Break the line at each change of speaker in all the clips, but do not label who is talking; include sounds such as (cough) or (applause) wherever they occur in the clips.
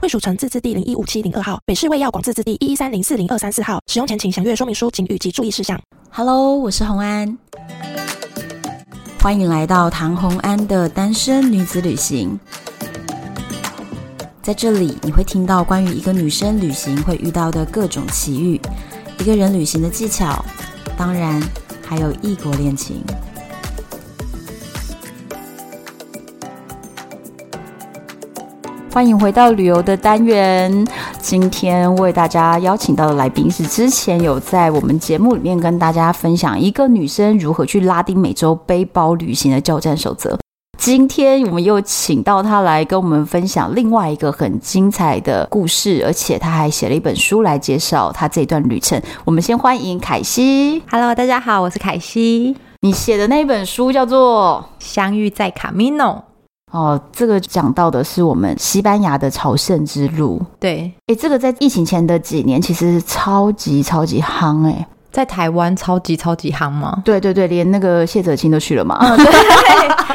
惠蜀城自治地零一五七零二号，北市卫药广自治地一一三零四零二三四号。使用前请详阅说明书请及注意事项。
Hello，我是红安，欢迎来到唐红安的单身女子旅行。在这里，你会听到关于一个女生旅行会遇到的各种奇遇，一个人旅行的技巧，当然还有异国恋情。欢迎回到旅游的单元。今天为大家邀请到的来宾是之前有在我们节目里面跟大家分享一个女生如何去拉丁美洲背包旅行的教战守则。今天我们又请到她来跟我们分享另外一个很精彩的故事，而且她还写了一本书来介绍她这一段旅程。我们先欢迎凯西，
Hello，大家好，我是凯西。
你写的那本书叫做
相遇在卡米诺，
哦，这个讲到的是我们西班牙的朝圣之路。
对，
诶，这个在疫情前的几年其实超级超级夯诶。
在台湾超级超级夯吗？
对对对，连那个谢哲青都去了嘛。
嗯对，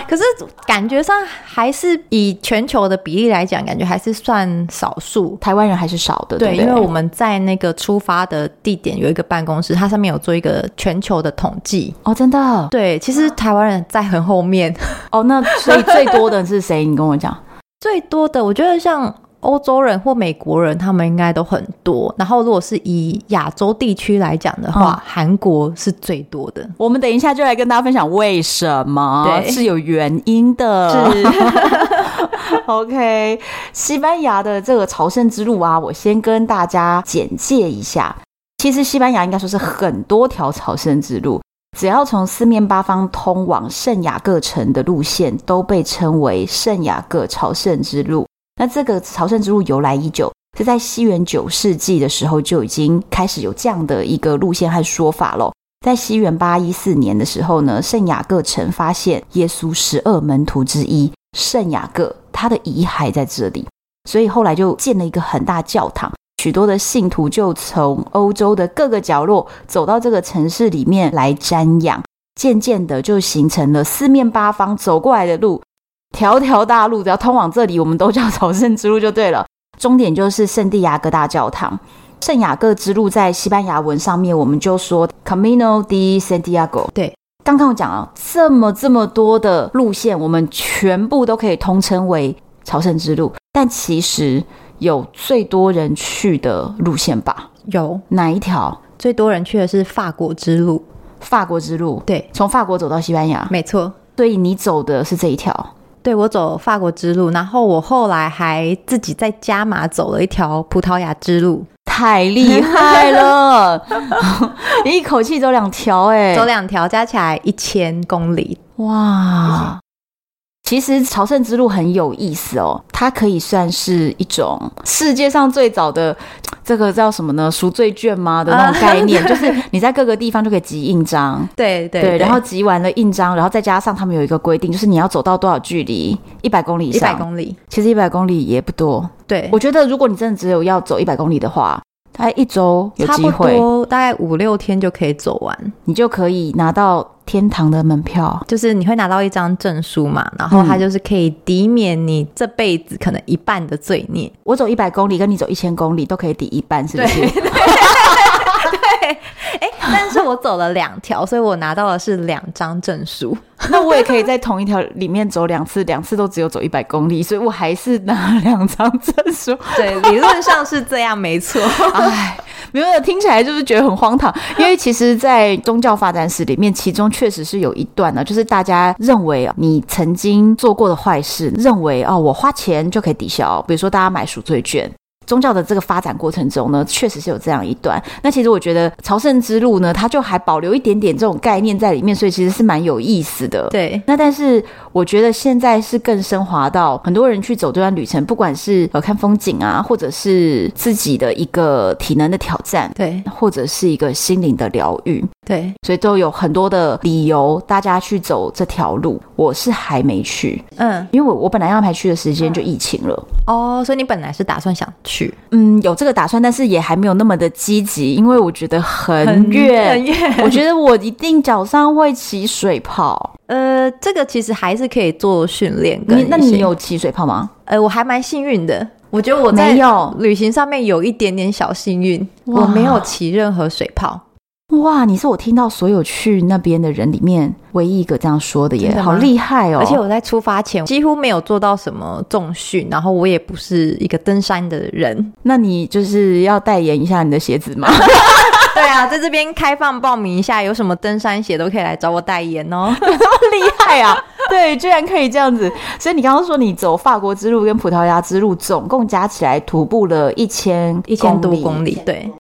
可是感觉上还是以全球的比例来讲，感觉还是算少数。
台湾人还是少的，对
对，
不
因
对，
为我们在那个出发的地点有一个办公室，它上面有做一个全球的统计。
哦，真的
对，其实台湾人在很后面， (laughs)
哦，那所以最多的是谁？你跟我讲，
最多的我觉得像欧洲人或美国人，他们应该都很多。然后如果是以亚洲地区来讲的话，韩国是最多的。
我们等一下就来跟大家分享为什么
对
是有原因的。
是
(laughs) OK，西班牙的这个朝圣之路啊，我先跟大家简介一下。其实西班牙应该说是很多条朝圣之路，只要从四面八方通往圣雅各城的路线，都被称为圣雅各朝圣之路。那这个朝圣之路由来已久，是在西元九世纪的时候就已经开始有这样的一个路线和说法喽。在西元八一四年的时候呢，圣雅各城发现耶稣十二门徒之一圣雅各，他的遗骸在这里，所以后来就建了一个很大教堂。许多的信徒就从欧洲的各个角落走到这个城市里面来瞻仰，渐渐的就形成了四面八方走过来的路，条条大路只要通往这里，我们都叫朝圣之路就对了。终点就是圣地亚哥大教堂。圣雅各之路在西班牙文上面，我们就说 Camino de Santiago。
对，
刚刚我讲了这么这么多的路线，我们全部都可以通称为朝圣之路，但其实有最多人去的路线吧？
有
哪一条？
最多人去的是法国之路，
法国之路，
对，
从法国走到西班牙，
没错。
所以你走的是这一条。
对我走法国之路，然后我后来还自己在加码走了一条葡萄牙之路，
太厉害了！ (laughs) 你一口气走两条哎、
走两条加起来一千公里。
哇！其实朝圣之路很有意思哦，它可以算是一种世界上最早的这个叫什么呢？赎罪券吗的那种概念，
啊
就是你在各个地方就可以集印章，
对 (laughs) 对
然后集完了印章，然后再加上他们有一个规定，就是你要走到多少距离，一百公里以
一
上。
百公里，
其实一百公里也不多，
对，
我觉得如果你真的只有要走一百公里的话，大概一周有
差
机
不
会，
多大概五六天就可以走完。
你就可以拿到天堂的门票。
就是你会拿到一张证书嘛，然后它就是可以抵免你这辈子可能一半的罪 (laughs) 孽。
我走一百公里，跟你走一千公里都可以抵一半，是不是？
(laughs) 哎，但是我走了两条，所以我拿到的是两张证书。
(laughs) 那我也可以在同一条里面走两次，两次都只有走一百公里，所以我还是拿了两张证书。
对，理论上是这样，没 (laughs) 错。
哎，没有听起来就是觉得很荒唐，因为其实，在宗教发展史里面，其中确实是有一段呢，就是大家认为啊你曾啊经做过的坏事，认为哦，我花钱就可以抵消，比如说大家买赎罪券。宗教的这个发展过程中呢，确实是有这样一段。那其实我觉得朝圣之路呢，它就还保留一点点这种概念在里面，所以其实是蛮有意思的。
对，
那但是我觉得现在是更升华到很多人去走这段旅程，不管是呃看风景啊，或者是自己的一个体能的挑战，
对，
或者是一个心灵的疗愈，
对，
所以都有很多的理由大家去走这条路。我是还没去，
嗯，
因为我我本来要安排去的时间就疫情了，
哦，所以你本来是打算想去
嗯，有这个打算，但是也还没有那么的积极，因为我觉得很远，
很远。
我觉得我一定脚上会起水泡。
呃，这个其实还是可以做训练跟一
你
些。
那你有起水泡吗？
呃，我还蛮幸运的，我觉得我在
没有
旅行上面有一点点小幸运，
哇
我没有起任何水泡。
哇，你是我听到所有去那边的人里面唯一一个这样说的耶，
真的吗
好厉害哦！
而且我在出发前几乎没有做到什么重训，然后我也不是一个登山的 (laughs) 人。
那你就是要代言一下你的鞋
(laughs)
子吗？
对啊，在这边开放报名一下，有什么登山鞋都可以来找我代言哦。
厉害啊！对，居然可以这样子。所以你刚刚说你走法国之路跟葡萄牙之路，总共加起来徒步了一千
一千多公
里。
里，对，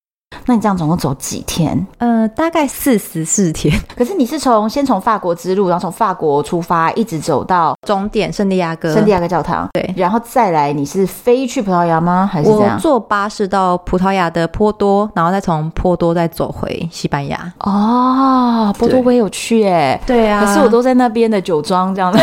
那你这样总共走几天？
呃，大概四十四天，
可是你是从先从法国之路，然后从法国出发，一直走到
终点圣地亚哥。
圣地亚哥教堂，
呃对
然后再来你是飞去葡萄牙吗？还是怎
我
样？
坐巴士到葡萄牙的波多，然后再从波多再走回西班牙。
哦，波多
对
我也有去耶。
对啊
可是我都在那边的酒庄
(laughs)
这样子，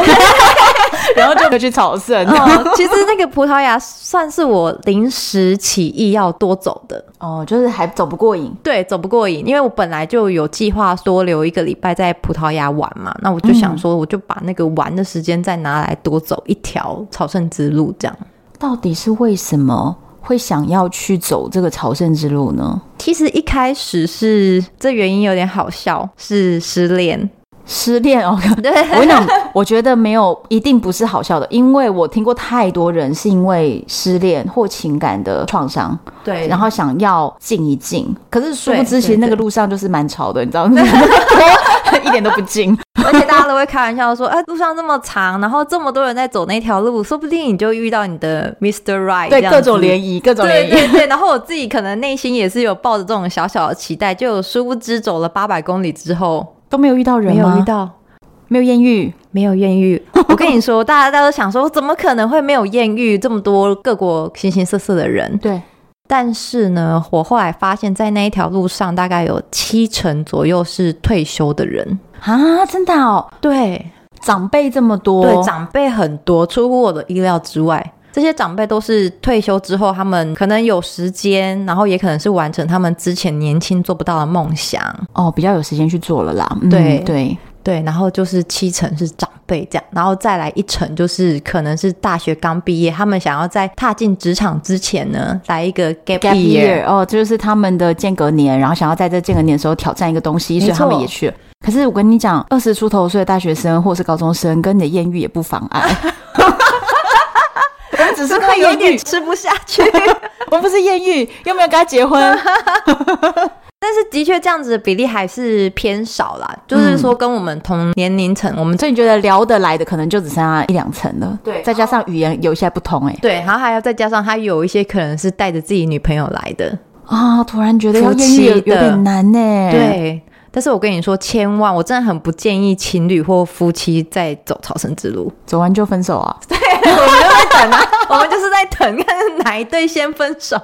然后就没有去朝圣。
哦， (laughs) 其实那个葡萄牙算是我临时起意要多走的，
(laughs) 哦，就是还走不过瘾。
对，走不过瘾，因为我本来就有计划多留一个礼拜在葡萄牙玩嘛，那我就想说，我就把那个玩的时间再拿来多走一条朝圣之路，这样。
到底是为什么会想要去走这个朝圣之路呢？
其实一开始是这原因有点好笑，是失恋， (laughs)
失恋哦，
对，
(laughs) 我跟你讲，我觉得没有，一定不是好笑的，因为我听过太多人是因为失恋或情感的创伤，
对，
然后想要静一静，可是殊不
对
知，其实
对
那个
对
路上就是蛮吵的，你知
(laughs)
道吗？ (laughs) 一点都不静。
而且大家都会开玩笑说，哎、路上这么长，然后这么多人在走那条路，说不定你就遇到你的 Mr. Right，
对
这样
各种
子
联谊，各种联
对
谊。
对对， (laughs) 然后我自己可能内心也是有抱着这种小小的期待，就殊不知走了八百公里之后，
都没有遇到人
没
吗？
有遇，到，
没有艳遇，
没有
(laughs)
艳遇。我跟你说，大家大家都想说，怎么可能会没有艳遇？这么多各国形形色色的人，
对，
但是呢，我后来发现，在那一条路上，大概有七成左右是退休的人。
啊，真的哦，
对
长辈这么多，
对，长辈很多，出乎我的意料之外。这些长辈都是退休之后，他们可能有时间，然后也可能是完成他们之前年轻做不到的梦想。
哦，比较有时间去做了啦。嗯
对
对，
对，然后就是七成是长辈这样，然后再来一成就是可能是大学刚毕业，他们想要在踏进职场之前呢，来一个 gap
gap
year。
year 哦，这就是他们的间隔年，然后想要在这间隔年的时候挑战一个东西，
没
所以他们
错
也去了。可是我跟你讲，二十出头岁的大学生或是高中生，跟你的艳遇也不妨碍。
(laughs)
我们只是
会
看
有
艳
点
遇，
(laughs) 吃不下去，
我们不是艳遇，又没有跟他结婚。
但是的确这样子的比例还是偏少啦。就是说，跟我们同年龄层，我们
所以你觉得聊得来的，可能就只剩下一两层了。
对
再加上语言有一些不同、哎，
对，然后还要再加上他有一些可能是带着自己女朋友来的，
啊，突然觉得要
夫
艳遇有
妻
有
的
点难呢、
嗯
哎，
对。但是我跟你说，千万，我真的很不建议情侣或夫妻在走朝圣之路。 (laughs)
走完就分手啊。
我们就在等啊，我们就是在等，看是哪一对先分手。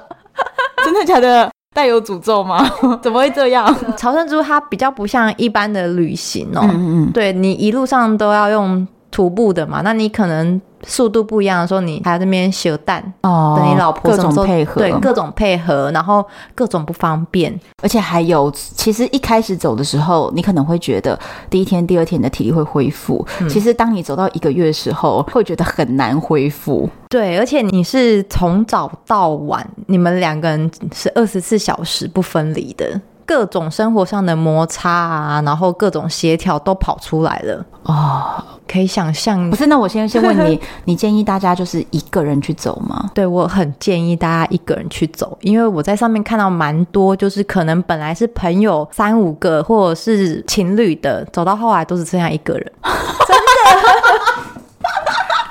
真的假的？带有诅咒吗？ (laughs) 怎么会这样？
(laughs) 朝圣之路它比较不像一般的旅行哦，
嗯嗯，
对你一路上都要用徒步的嘛，那你可能速度不一样的时候，你还要在那边修蛋。
哦
等你嗯老婆
各
什么时
种
候
配合，
对各种配合，然后各种不方便，
而且还有，其实一开始走的时候，你可能会觉得第一天、第二天你的体力会恢复，
嗯
其实当你走到一个月的时候，会觉得很难恢复。
对，而且你是从早到晚，你们两个人是二十四小时不分离的，各种生活上的摩擦啊，然后各种协调都跑出来了哦，可以想象
不是，那我先先问
(laughs)
你，你建议大家就是一个人去走吗？
对我很建议大家一个人去走，因为我在上面看到蛮多，就是可能本来是朋友三五个或者是情侣的，走到后来都只剩下一个人， (laughs) 真的，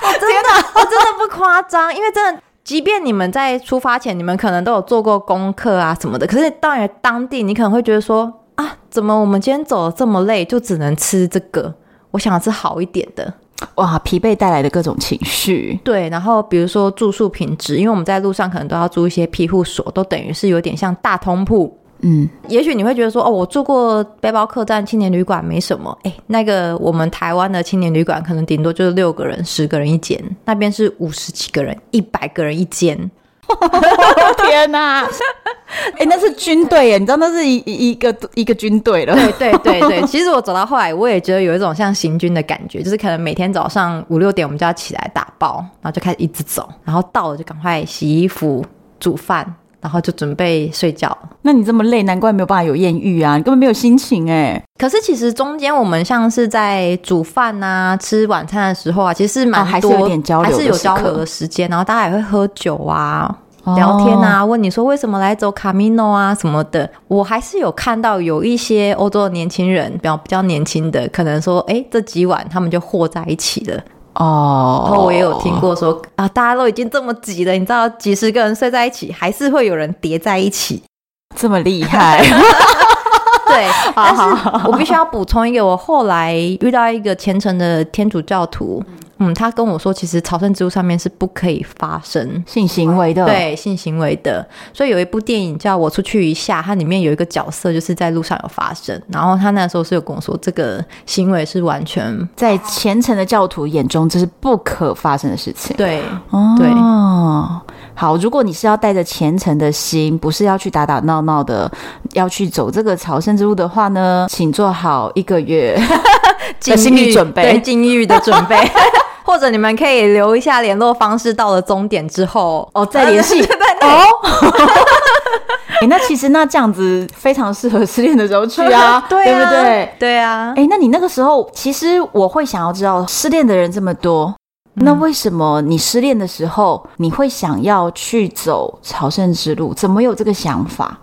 我真的我真的不夸张，因为真的。即便你们在出发前，你们可能都有做过功课啊什么的，可是到了当地，你可能会觉得说啊，怎么我们今天走的这么累，就只能吃这个？我想要吃好一点的。
哇，疲惫带来的各种情绪，
对，然后比如说住宿品质，因为我们在路上可能都要住一些庇护所，都等于是有点像大通铺。
嗯，
也许你会觉得说，哦，我住过背包客栈、青年旅馆没什么。哎，那个我们台湾的青年旅馆可能顶多就是六个人、十个人一间，那边是五十几个人、一百个人一间。
天哪、 (laughs) 哎、那是军队耶，你知道那是一一一个一个军队了，
对对对对， (laughs) 其实我走到后来，我也觉得有一种像行军的感觉，就是可能每天早上五六点我们就要起来打包，然后就开始一直走，然后到了就赶快洗衣服、煮饭，然后就准备睡觉。
(laughs) 那你这么累，难怪没有办法有艳遇啊，你根本没有心情哎，
可是其实中间我们像是在煮饭啊、吃晚餐的时候啊，其实蛮
哦还是
多、
有点交流的
还是有
时刻
交流的时间，然后大家也会喝酒啊。聊天
哦
啊，问你说为什么来走卡米诺啊什么的，我还是有看到有一些欧洲的年轻人，比较比较年轻的，可能说，哎、这几晚他们就和在一起了。
哦，
然后我也有 (laughs) 听过说、啊，大家都已经这么挤了，你知道几十个人睡在一起，还是会有人叠在一起。
这么厉害，
(laughs) 对，但
好
是我必须要补充一个，我后来遇到一个虔诚的天主教徒，嗯，他跟我说，其实朝圣之路上面是不可以发生。
性行为的，，
对性行为的，所以有一部电影叫《我出去一下》，它里面有一个角色就是在路上有发生，然后他那时候是有跟我说，这个行为是完全
在虔诚的教徒眼中，这是不可发生的事情。
对，
哦
对
好，如果你是要带着虔诚的心，不是要去打打闹闹的，要去走这个朝圣之路的话呢，请做好一个
(laughs)
月的 (laughs) 心理
禁欲
准备
对。禁欲的准备。或者你们可以留一下联络方式，到了终点之后
哦再联系
(laughs) 对对对，
哦， (laughs) 哎，那其实那这样子非常适合失恋的时候去啊
(laughs) 对啊
不 (laughs) 对？
对啊，
哎，那你那个时候，其实我会想要知道，失恋的人这么多，
嗯
那为什么你失恋的时候，你会想要去走朝圣之路？怎么有这个想法？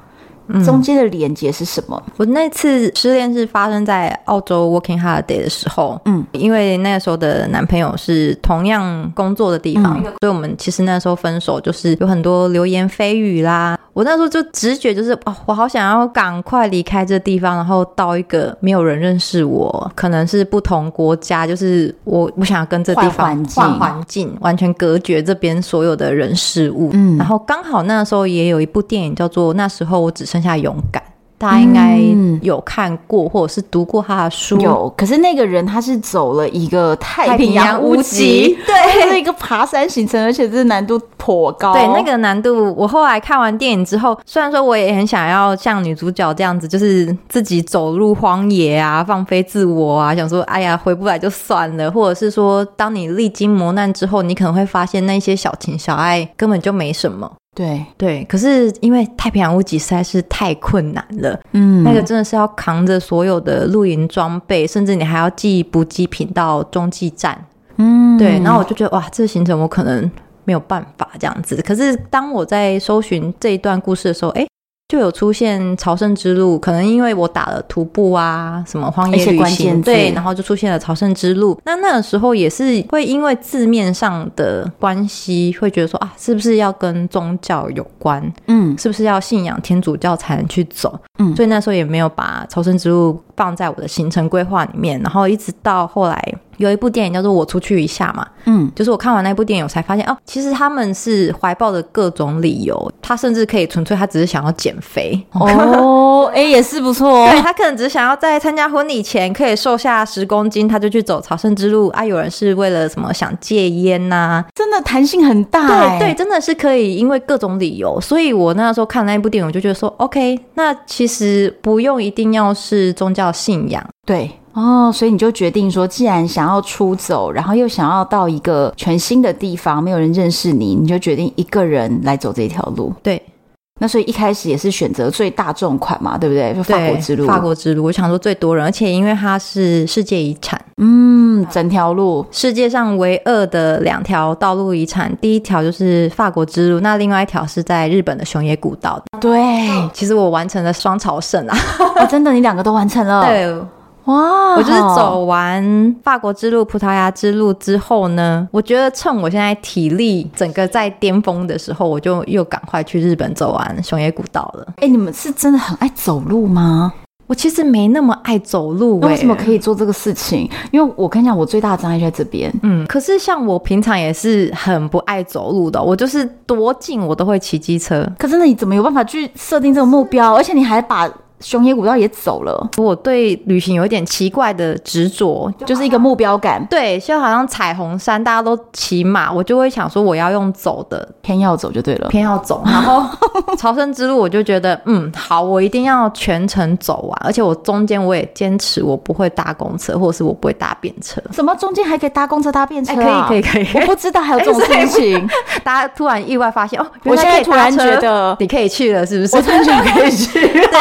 嗯
中间的连接是什么？
我那次失恋是发生在澳洲 working holiday 的时候，
嗯，
因为那个时候的男朋友是同样工作的地
嗯
方，所以我们其实那时候分手就是有很多流言蜚语啦。我那时候就直觉就是，哦，我好想要赶快离开这地方，然后到一个没有人认识我，可能是不同国家，就是我我想要跟这地
换
方
环境
换环境，完全隔绝这边所有的人事物。
嗯
然后刚好那时候也有一部电影叫做《那时候我只剩下勇敢》。大家应该
嗯
有看过，或者是读过他的书。
有，可是那个人他是走了一个太平洋屋 (laughs) 脊，
太平洋屋脊对
他是一个爬山行程，而且这难度颇高。
对那个难度，我后来看完电影之后，虽然说我也很想要像女主角这样子，就是自己走入荒野啊，放飞自我啊，想说哎呀回不来就算了，或者是说，当你历经磨难之后，你可能会发现那些小情小爱根本就没什么。
对，
对，可是因为太平洋屋脊实在是太困难了，
嗯，
那个真的是要扛着所有的露营装备，甚至你还要寄补给品到中继站。
嗯，
对，然后我就觉得哇，这个行程我可能没有办法这样子。可是当我在搜寻这一段故事的时候，哎、就有出现朝圣之路，可能因为我打了徒步啊，什么荒
一
野
些
旅
关键
行，
字
对，然后就出现了朝圣之路。那那个时候也是会因为字面上的关系，会觉得说啊，是不是要跟宗教有关？
嗯
是不是要信仰天主教才能去走？
嗯
所以那时候也没有把朝圣之路放在我的行程规划里面。然后一直到后来有一部电影叫做《我出去一下》嘛， (laughs)
嗯，
就是我看完那部电影，我才发现哦，其实他们是怀抱着各种理由，他甚至可以纯粹他只是想要减肥。
哦，哎、也是不错
对
哦。
他可能只想要在参加婚礼前可以瘦下十公斤，他就去走朝圣之路啊。有人是为了什么想戒烟呐、
真的弹性很大、
对
哎
对，真的是可以，因为各种理由，所以我那时候看那一部电影，我就觉得说，OK，那其实不用一定要是宗教信仰，
对哦，所以你就决定说，既然想要出走，然后又想要到一个全新的地方，没有人认识你，你就决定一个人来走这条路。
对
那所以一开始也是选择最大众款嘛，对不对？就法国
对
之路，
法国之路，我想说最多人，而且因为它是世界遗产，
嗯，整条路
世界上唯二的两条道路遗产，第一条就是法国之路，那另外一条是在日本的熊野古道。
对、
其实我完成了双朝圣啊，
哦，真的你两个都完成了，
对，
哇
我就是走完法国之路、葡萄牙之路之后呢，我觉得趁我现在体力整个在巅峰的时候，我就又赶快去日本走完熊野古道了。
哎、你们是真的很爱走路吗？
我其实没那么爱走路、欸，
那为什么可以做这个事情？因为我跟你讲，我最大的障碍就在这边。
嗯，可是像我平常也是很不爱走路的，我就是多近我都会骑机车。
可是那你怎么有办法去设定这个目标？而且你还把熊野古道也走了，
我对旅行有一点奇怪的执着，
就是一个目标感，
对，就好像彩虹山大家都骑马，我就会想说我要用走的，
偏要走就对了。
偏要走。然
(laughs)
后朝圣之路，我就觉得嗯好，我一定要全程走完，而且我中间我也坚持我不会搭公车，或者是我不会搭便车。
怎么中间还可以搭公车搭便车、
哎、
啊
可以可以可以，
我不知道还有这种事情，
(laughs) 大家突然意外发现哦，
我现在
原来可以搭
突然
车
觉得
你可以去了，是不是？
我真的可以去。对，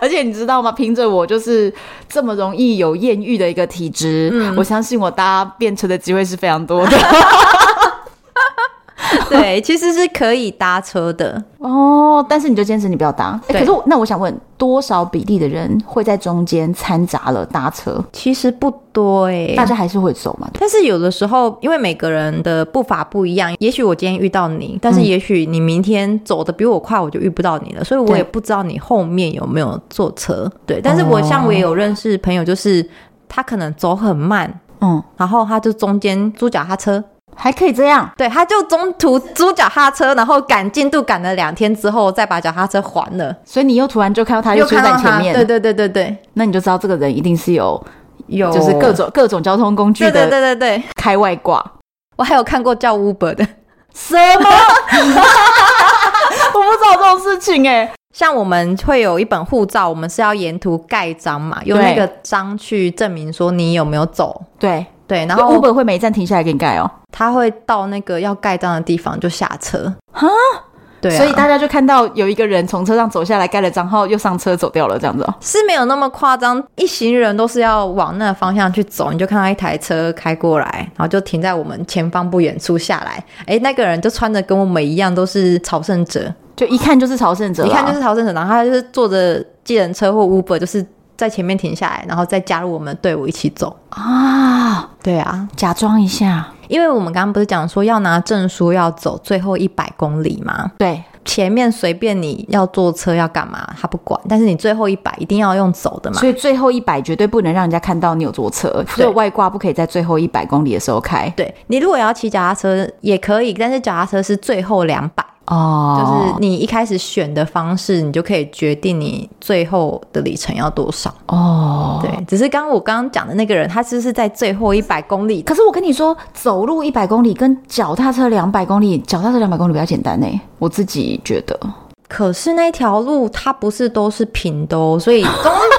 而且你知道吗？凭着我就是这么容易有艳遇的一个体质，
嗯
我相信我搭便车的机会是非常
(laughs)
多的。
对，其实是可以搭车的。
哦，但是你就坚持你不要搭。哎
对
可是我那我想问，多少比例的人会在中间掺杂了搭车？
其实不多哎、
大家还是会走嘛？
但是有的时候，因为每个人的步伐不一样，也许我今天遇到你，但
嗯
是也许你明天走的比我快，我就遇不到你了，所以我
对哦
也不知道你后面有没有坐车。对，但是我像我也有认识朋友，就是他可能走很慢，
嗯，
然后他就中间租脚踏车。
还可以这样。
对，他就中途 (laughs) 租脚踏车，然后赶进度赶了两天之后，再把脚踏车还了，
所以你又突然就看到他又
又
出
看到
在你前
他，
面，
对对对对对，
那你就知道这个人一定是有
有
就是各，种各种交通工具
哦对对
的
对对对，
开外挂。
我还有看过叫 Uber 的，
什么？ (laughs) 我不知道这种事情哎、
像我们会有一本护照，我们是要沿途盖章嘛，用那个章去证明说你有没有走。
对，
对，然
然
后
后 Uber 会每一站停下来给你盖哦、
他会到那个要盖章的地方就下车。
哈，
对啊、
所以大家就看到有一个人从车上走下来，盖了章后又上车走掉了，这样子哦、
是没有那么夸张，一行人都是要往那个方向去走，你就看到一台车开过来，然后就停在我们前方不远处下来。哎，那个人就穿的跟我们一样，都是朝圣者，
就一看就是啊朝圣者啦，
一看就是朝圣者，然后他就是坐着计程车或 Uber，就是在前面停下来，然后再加入我们的队伍一起走。
啊，
对啊，
假装一下，
因为我们刚刚不是讲说要拿证书要走最后一百公里吗？
对，
前面随便你要坐车要干嘛他不管，但是你最后一百一定要用走的嘛
所。以最后一百绝对不能让人家看到你有坐车，所以外挂不可以在最后一百公里的时候开
对你如果要骑脚踏车也可以，但是脚踏车是最后两百、0就
哦
是你一开始选的方式，你就可以决定你最后的里程要多少。
就是哦。
对，只是刚刚我刚刚讲的那个人，他就是在最后一百公里，
可是我跟你说，走路一百公里跟脚踏车两百公里，脚踏车两百公里比较简单呢、欸我自己觉得。
可是那条路它不是都是平的哦，所以中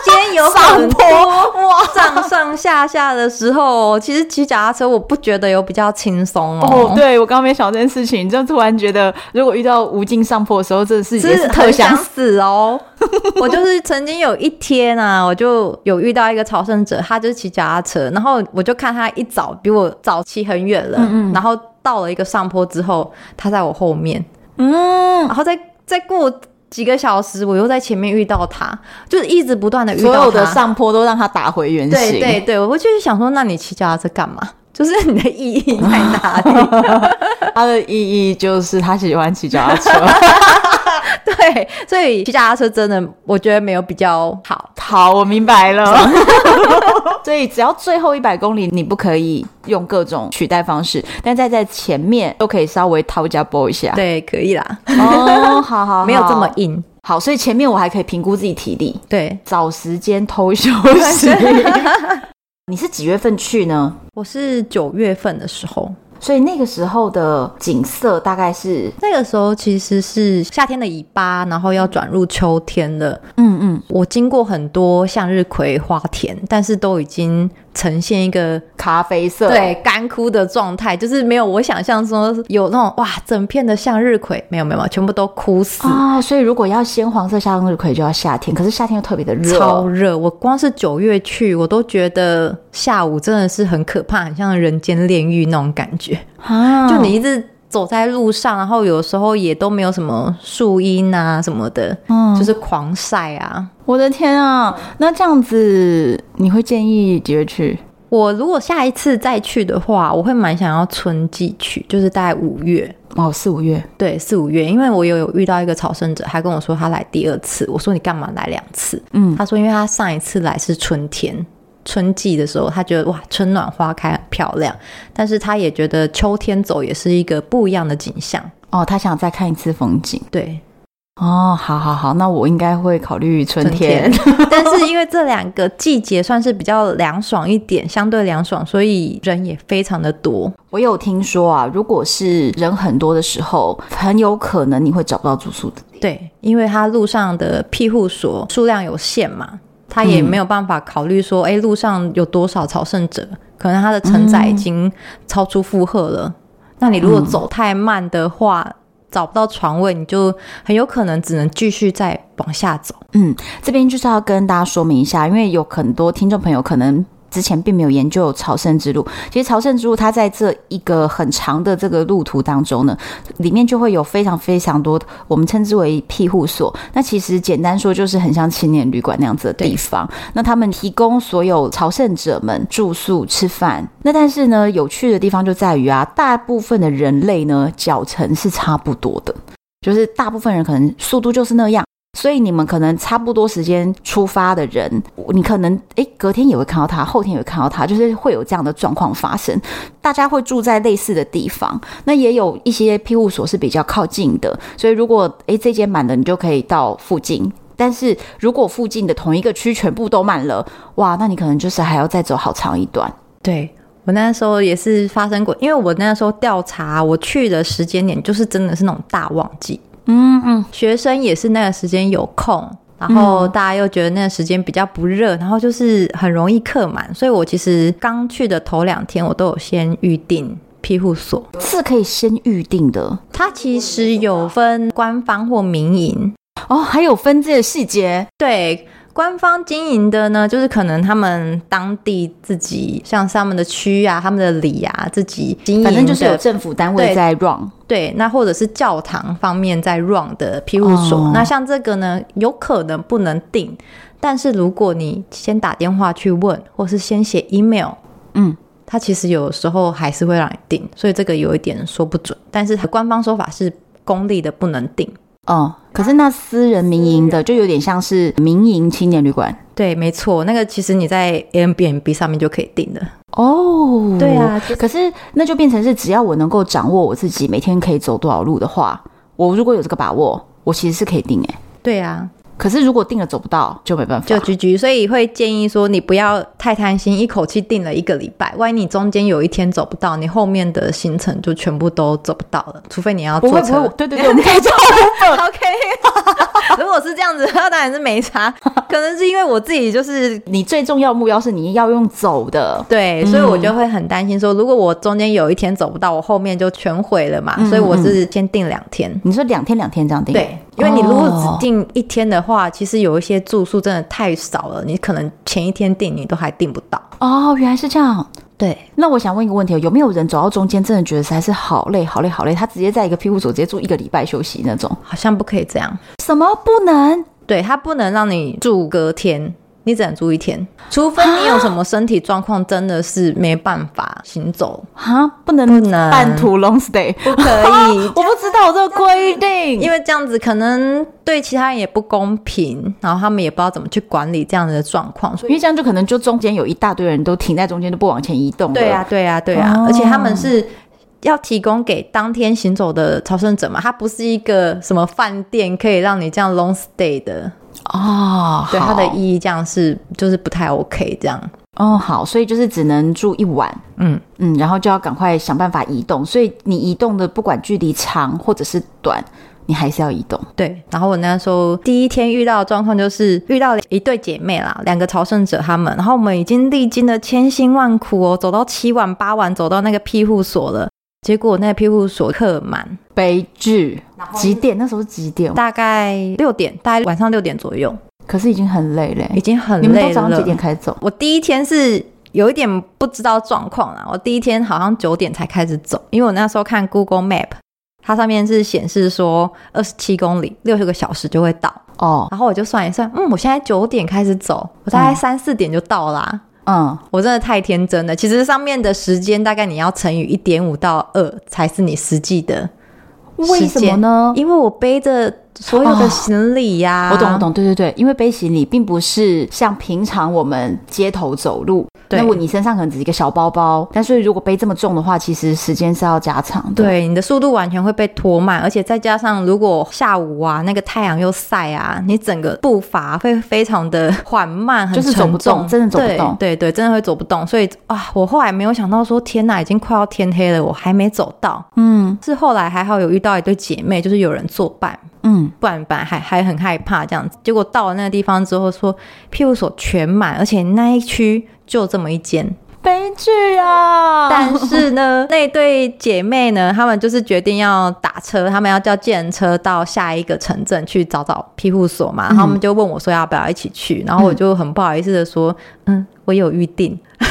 间有很多哇上上下下的时候，哦其实骑脚踏车我不觉得有比较轻松哦
哦，，对，我刚刚没想到这件事情，就突然觉得，如果遇到无尽上坡的时候，真的是也是
很
特想
想
死
死哦。 (laughs) 我就是曾经有一天啊，我就有遇到一个朝圣者，他就是骑脚踏车，然后我就看他一早比我早骑很远了，然后到了一个上坡之后，他在我后面，
嗯，
然后再再过。几个小时，我又在前面遇到他，就是一直不断的遇到
所
他。
有的上坡都让它打回原形。
对对对，我就是想说，那你骑脚踏车干嘛？就是你的意义在哪里？ (laughs)
它的意义就是他喜欢骑脚踏 (laughs) 车。
对，所以骑脚踏车真的，我觉得没有比较
(laughs)
好。
好，我明白了。 (laughs) 所以只要最后一百公里，你不可以用各种取代方式，但在在前面都可以稍微掏家拨一下。
对，可以啦，
哦，好好 (laughs) 好
没有这么硬。
好，所以前面我还可以评估自己体力，
对，
找时间偷 (laughs) 休息。你是几月份去呢？
我是九月份的时候，
所以那个时候的景色大概是，
那个时候其实是夏天的尾巴，然后要转入秋天了。
嗯嗯，
我经过很多向日葵花田，但是都已经呈现一个
咖啡色，
对，干枯的状态，就是没有我想象说有那种哇，整片的向日葵，没有没有，全部都枯死。
啊、所以如果要鲜黄色向日葵，就要夏天，可是夏天又特别的热，
超热！我光是九月去，我都觉得下午真的是很可怕，很像人间炼狱那种感觉。
啊
就你一直走在路上，然后有时候也都没有什么树荫啊什么的，就是狂晒啊。
我的天啊！那这样子，你会建议几月去？
我如果下一次再去的话，我会蛮想要春季去，就是大概五月，
哦，四五月。
对，四五月，因为我有有遇到一个朝圣者，他跟我说他来第二次，我说你干嘛来两次？
嗯，
他说因为他上一次来是春天。春季的时候，他觉得哇，春暖花开很漂亮，但是他也觉得秋天走也是一个不一样的景象。
哦，他想再看一次风景。
对，
哦，好好好，那我应该会考虑春天。
(laughs) 但是因为这两个季节算是比较凉爽一点，相对凉爽，所以人也非常的多。
我有听说啊，如果是人很多的时候，很有可能你会找不到住宿的。
对，因为它路上的庇护所数量有限嘛，它也没有办法考虑说，哎、路上有多少朝圣者，可能它的承载已经超出负荷了。那你如果走太慢的话，找不到床位，你就很有可能只能继续再往下走。
嗯，这边就是要跟大家说明一下，因为有很多听众朋友可能。之前并没有研究朝圣之路，其实朝圣之路它在这一个很长的这个路途当中呢，里面就会有非常非常多我们称之为庇护所。那其实简单说就是很像青年旅馆那样子的地方。那他们提供所有朝圣者们住宿、吃饭。那但是呢，有趣的地方就在于啊，大部分的人类呢脚程是差不多的，就是大部分人可能速度就是那样。所以你们可能差不多时间出发的人，你可能诶隔天也会看到他，后天也会看到他，就是会有这样的状况发生。大家会住在类似的地方，那也有一些庇护所是比较靠近的，所以如果诶这间满了，你就可以到附近。但是如果附近的同一个区全部都满了，哇，那你可能就是还要再走好长一段。
对我那时候也是发生过，因为我那时候调查我去的时间点，就是真的是那种大旺季，
嗯嗯，
学生也是那个时间有空，然后大家又觉得那个时间比较不热，然后就是很容易客满，所以我其实刚去的头两天，我都有先预定。庇护所，
是可以先预定的
它其实有分官方或民营，
哦，还有分这个细节。
对，官方经营的呢，就是可能他们当地自己，像是他们的区啊、他们的里啊，自己经营的，
反正就是有政府单位
对
在 run，
对，那或者是教堂方面在 run 的庇护所。
哦
那像这个呢，有可能不能定，但是如果你先打电话去问，或是先写 email，
嗯，
它其实有时候还是会让你定，所以这个有一点说不准。但是官方说法是公立的不能定。
哦，可是那私人民营的就有点像是民营青年旅馆
对，没错，那个其实你在 Airbnb 上面就可以定的。
哦。
对啊就是
可是那就变成是，只要我能够掌握我自己每天可以走多少路的话，我如果有这个把握，我其实是可以定诶、欸
对啊，
可是如果定了 (laughs) 走不到，就没办法。
就居居，所以会建议说你不要太贪心，一口气定了一个礼拜，万一你中间有一天走不到，你后面的行程就全部都走不到了，除非你要
不
坐
会不
车
会，。对 (laughs) 对对，我们可以做
(laughs) OK，如 (laughs) 果是这样子，那当然是没差。可能是因为我自己就是
你最重要的目标是你要用走的，
对，所以我就会很担心说，如果我中间有一天走不到，我后面就全毁了
嗯
嘛。所以我是先定两天。
你说两天两天这样定，
对，因为你如果
哦
只定一天的话，其实有一些住宿真的太少了，你可能前一天订你都还订不到。
哦，原来是这样。
对，
那我想问一个问题哦，有没有人走到中间真的觉得实在是好累好累好累，他直接在一个庇护所直接住一个礼拜休息那种？
好像不可以这样。
什么不能？
对，它不能让你住隔天，你只能住一天，除非你有什么身体状况，真的是没办法行走，
哈，不能
不能
半途 long stay，。
不可以
(laughs) 我不知道这个规定，
因
为
为这样子可能对其他人也不公平，然后他们也不知道怎么去管理这样的状况。所以
因为这样就可能就中间有一大堆人都停在中间，都不往前移动。
对啊，，对啊，对啊，
哦
而且他们是要提供给当天行走的朝圣者嘛，它不是一个什么饭店可以让你这样 long stay 的，
哦，
对它的
好
意义这样是就是不太 OK 这样。
哦好，所以就是只能住一晚，
嗯
嗯，然后就要赶快想办法移动。所以你移动的不管距离长或者是短，你还是要移动。
对，然后我那时候第一天遇到的状况就是遇到一对姐妹啦，两个朝圣者她们，然后我们已经历经了千辛万苦哦，走到七晚八晚，走到那个庇护所了。结果那个庇护所客满，
悲剧，几点？那时候是几点？
大概六点，大概晚上六点左右，
可是已经很累嘞。
已经很
你们都
累
早上几点
了。
开始走？
我第一天是有一点不知道状况啦，我第一天好像九点才开始走，因为我那时候看 Google Map，它上面是显示说二十七公里，六十个小时就会到。
哦，
然后我就算一算，嗯，我现在九点开始走，我大概三四点就到啦。
嗯，
我真的太天真了。其实上面的时间大概你要乘以一点五到二才是你实际的
为
时
什么
间
呢？哦
因为我背着所有的行李呀、
我懂，我。懂，对对对，因为背行李并不是像平常我们街头走路，
对
那我你身上可能只是一个小包包，但是如果背这么重的话，其实时间是要加长的。，
对，你的速度完全会被拖慢，而且再加上如果下午啊那个太阳又晒啊，你整个步伐会非常的缓慢，很
就是走不
沉重
动真的走不动
对对对，真的会走不动。所以啊，我后来没有想到说，天哪，已经快要天黑了，我还没走到。
嗯
是后来还好有遇到一对姐妹，就是有人作伴，
嗯，
不然本来还还很害怕这样子。结果到了那个地方之后说，庇护所全满，而且那一区就这么一间。
悲剧啊！
但是呢，那对姐妹呢，她们就是决定要打车，她们要叫计程车到下一个城镇去找找庇护所嘛。然后她们就问我说要不要一起去，然后我就很不好意思的说，嗯，我有预定。 (laughs)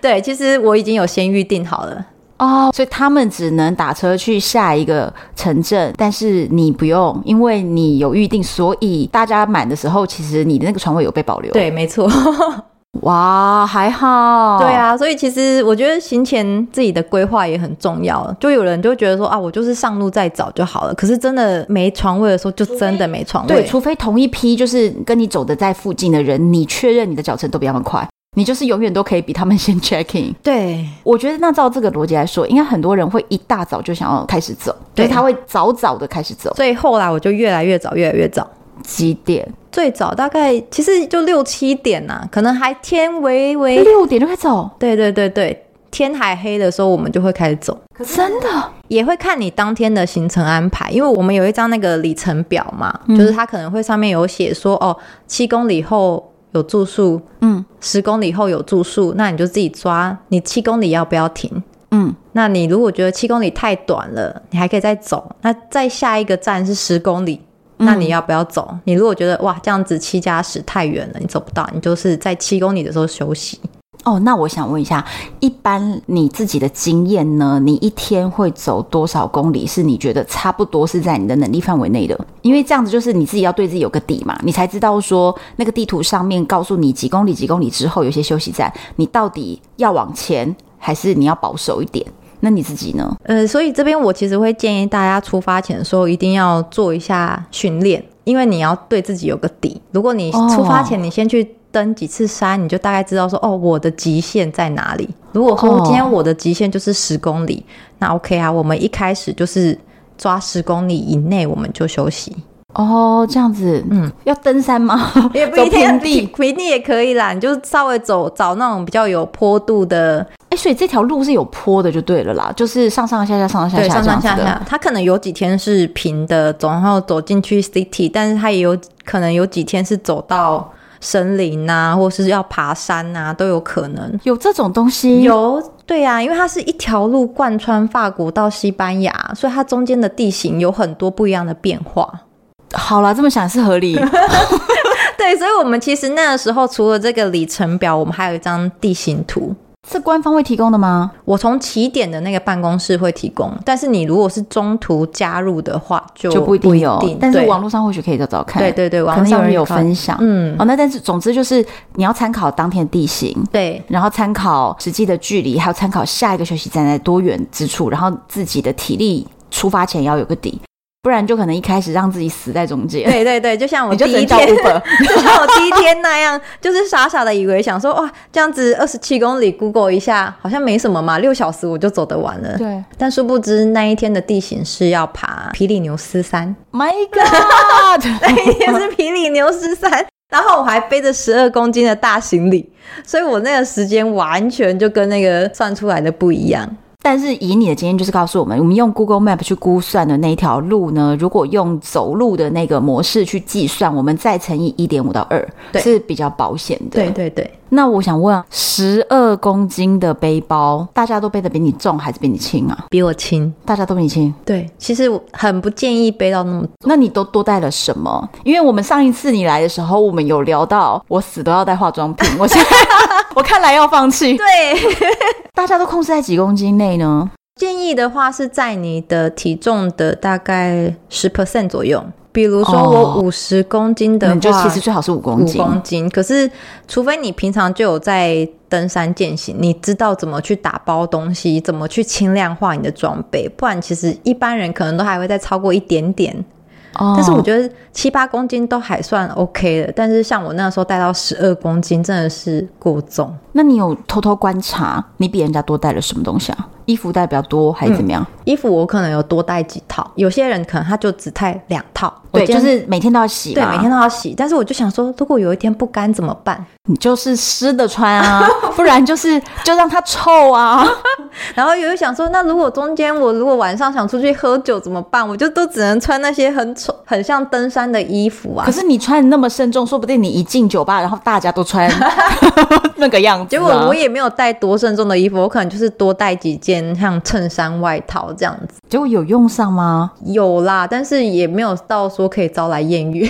对，其实我已经有先预定好了。
哦，所以他们只能打车去下一个城镇，但是你不用，因为你有预定，所以大家满的时候，其实你的那个床位有被保留。，
对，没错。 (laughs)
哇，还好。
对，啊，所以其实我觉得行前自己的规划也很重要。就有人就会觉得说啊，我就是上路再找就好了。可是真的没床位的时候，就真的没床
对，
位。
除非同一批就是跟你走的在附近的人，你确认你的脚程都比他们快，你就是永远都可以比他们先 (laughs) check in。
对
我觉得那照这个逻辑来说，应该很多人会一大早就想要开始走，
对
就是他会早早的开始走，
所以后来我就越来越早，越来越早。
几点？
最早大概其实就六七点呐、可能还天微
(laughs)
微。
六点就开始走，
对对对对，天还黑的时候，我们就会开始走。
真的
也会看你当天的行程安排，因为我们有一张那个里程表嘛，就是它可能会上面有写说哦，七公里后有住宿，
嗯，
十公里后有住宿，那你就自己抓，你七公里要不要停？
嗯，
那你如果觉得七公里太短了，你还可以再走，那再下一个站是十公里。那你要不要走？你如果觉得哇这样子七加十太远了，你走不到，你就是在七公里的时候休息。
哦。那我想问一下，一般你自己的经验呢？你一天会走多少公里？是你觉得差不多是在你的能力范围内的？因为这样子就是你自己要对自己有个底嘛，你才知道说那个地图上面告诉你几公里、几公里之后有一些休息站，你到底要往前还是你要保守一点？那你自己呢？
呃，所以这边我其实会建议大家出发前的时候一定要做一下训练，因为你要对自己有个底。如果你
哦
出发前你先去登几次山，你就大概知道说哦我的极限在哪里。如果说
哦
今天我的极限就是十公里，那 OK 啊，我们一开始就是抓十公里以内我们就休息，
哦，这样子，嗯，要登山吗？
(laughs) 也不
走
一定要
平地
平地也可以啦，你就稍微走找那种比较有坡度的
哎、所以这条路是有坡的，就对了啦，就是上上下下、上上下
对，
下
上
这样
上
子
下
的。
下，它可能有几天是平的，走然后走进去 city，但是它也有可能有几天是走到森林呐、或是要爬山呐、都有可能。
有这种东西？
有，对啊，因为它是一条路贯穿法国到西班牙，所以它中间的地形有很多不一样的变化。 (laughs)
好啦，这么想是合理。
对，所以我们其实那个时候除了这个里程表，我们还有一张地形图。
是官方会提供的吗？
我从起点的那个办公室会提供，但是你如果是中途加入的话，就
就不一定有，但是
对
网络上或许可以找找看。
对对对，
可
网
能有
上
人有
考
分享。
嗯
哦，，那但是总之就是你要参考当天的地形。
对
然后参考实际的距离，还有参考下一个休息站在多远之处，然后自己的体力出发前要有个底，不然就可能一开始让自己死在中间，
(laughs) 对对对，就像我
你
第
就只能
一
叫
天，
Uber。
(laughs) 就像我第一天那样，就是傻傻的以为想说哇，这样子二十七公里 Google 一下好像没什么嘛，六小时我就走得完了。
对
但殊不知那一天的地形是要爬皮里牛斯 (laughs) 山，
，My God！
那一天是皮里牛斯山。然后我还背着十二公斤的大行李，所以我那个时间完全就跟那个算出来的不一样。
但是以你的经验，就是告诉我们，我们用 Google Map 去估算的那一条路呢，如果用走路的那个模式去计算，我们再乘以一点五到二，
对
是比较保险的。
对。对对，
那我想问，啊十二公斤的背包，大家都背的比你重还是比你轻啊？
比我轻。
大家都比你轻。
对，其实我很不建议背到那么
那你都多带了什么？因为我们上一次你来的时候，我们有聊到我死都要带化妆
(laughs)
品，我现在我看来要放弃。
对，
大家都控制在几公斤内呢？
建议的话是在你的体重的大概十 percent 左右。比如说我
哦
五十公斤的
那
话，
你嗯就其实最好是五公
五
斤，
公斤。可是，除非你平常就有在登山健行，你知道怎么去打包东西，怎么去轻量化你的装备，不然其实一般人可能都还会再超过一点点。
哦
但是我觉得七八公斤都还算 OK 的。但是像我那时候带到十二公斤，真的是过重。
那你有偷偷观察你比人家多带了什么东西啊？衣服带比较多还是怎么样？
衣服我可能有多带几套，有些人可能他就只带两套。我
对，
今
就
天
是每天都要洗
对啊
嘛，
每天都要洗。但是我就想说，如果有一天不干怎么办？
你就是湿的穿 (laughs) 啊，不然就是就让它臭啊。
(laughs)
(laughs)
然后有又想说，那如果中间我如果晚上想出去喝酒怎么办？我就都只能穿那些很丑、很像登山的衣服啊
可。是你穿那么慎重，说不定你一进酒吧，然后大家都穿 (laughs) 那个 (laughs) 样子、啊
结果我，也没有带多慎重的衣服，我可能就是多带几件像衬衫、外套这样子。
结果有用上吗？
有啦，但是也没有到说可以招来艳 (laughs) 遇。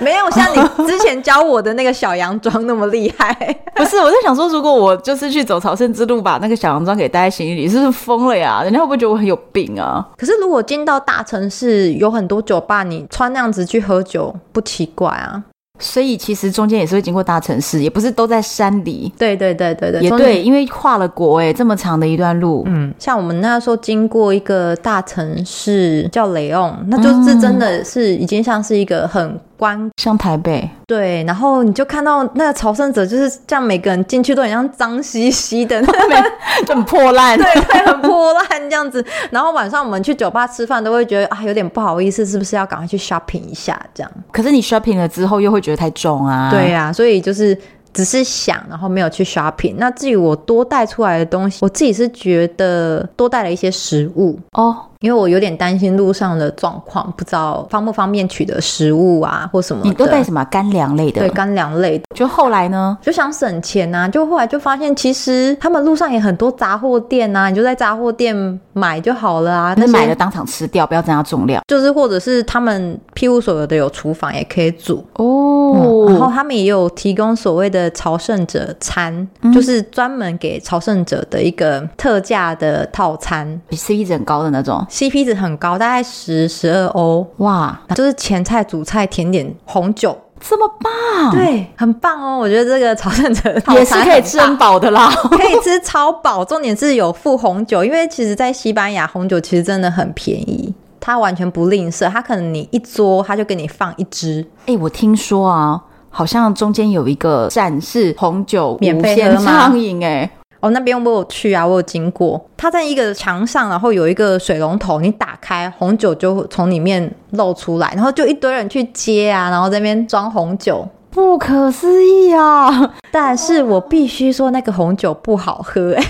没有像你之前教我的那个小洋装那么厉害。
不是，我在想说，如果我就是去走朝圣之路，把那个小洋装给带在行李里，是不是疯了呀？人家会不会觉得我很有病啊？
可是如果进到大城市，有很多酒吧，你穿那样子去喝酒不奇怪啊。
所以其实中间也是会经过大城市，也不是都在山里。
对对对对对，
也
中间
对，因为跨了国哎、这么长的一段路，
嗯，像我们那时候经过一个大城市叫雷昂，那就是真的是已经像是一个很观
像台北，
对，然后你就看到那个朝圣者就是这样，每个人进去都很像脏兮兮的， (laughs) 那边
就很破烂。
对对，很破烂这样子。然后晚上我们去酒吧吃饭，都会觉得啊有点不好意思，是不是要赶快去 shopping 一下这样？
可是你 shopping 了之后，又会觉得太重啊。
对呀、所以就是只是想，然后没有去 shopping。那至于我多带出来的东西，我自己是觉得多带了一些食物，
哦，
因为我有点担心路上的状况，不知道方不方便取得食物啊或什么的。
你都带什么干粮类
对
的？
干粮类的，
就后来呢？
就想省钱呐、啊。就后来就发现，其实他们路上也很多杂货店呐、啊，你就在杂货店买就好了啊。
那
那些
买了当场吃掉，不要增加重量
就是或者是他们庇护所有的有厨房也可以煮，
哦
然后他们也有提供所谓的朝圣者餐，
嗯
就是专门给朝圣者的一个特价的套餐
，CP 值很高的那种。
，CP 值很高，大概十十二欧。
哇，
就是前菜、主菜、甜点、红酒，
这么棒！，
对，很棒哦！我觉得这个朝圣者
嗯
套餐
也是可以吃很
很
饱的啦。
棒， (laughs) 可以吃超饱。重点是有附红酒，因为其实在西班牙红酒其实真的很便宜，它完全不吝啬，它可能你一桌它就给你放一支，
(laughs) 哎、我听说啊，好像中间有一个站是红酒
免费
无限
喝吗
畅饮哎，
哦，那边我有去啊，我有经过。它在一个墙上，然后有一个水龙头，你打开，红酒就从里面漏出来，然后就一堆人去接啊，然后在那边装红酒。
不可思议啊！
但是我必须说，那个红酒不好 (laughs) 喝、欸，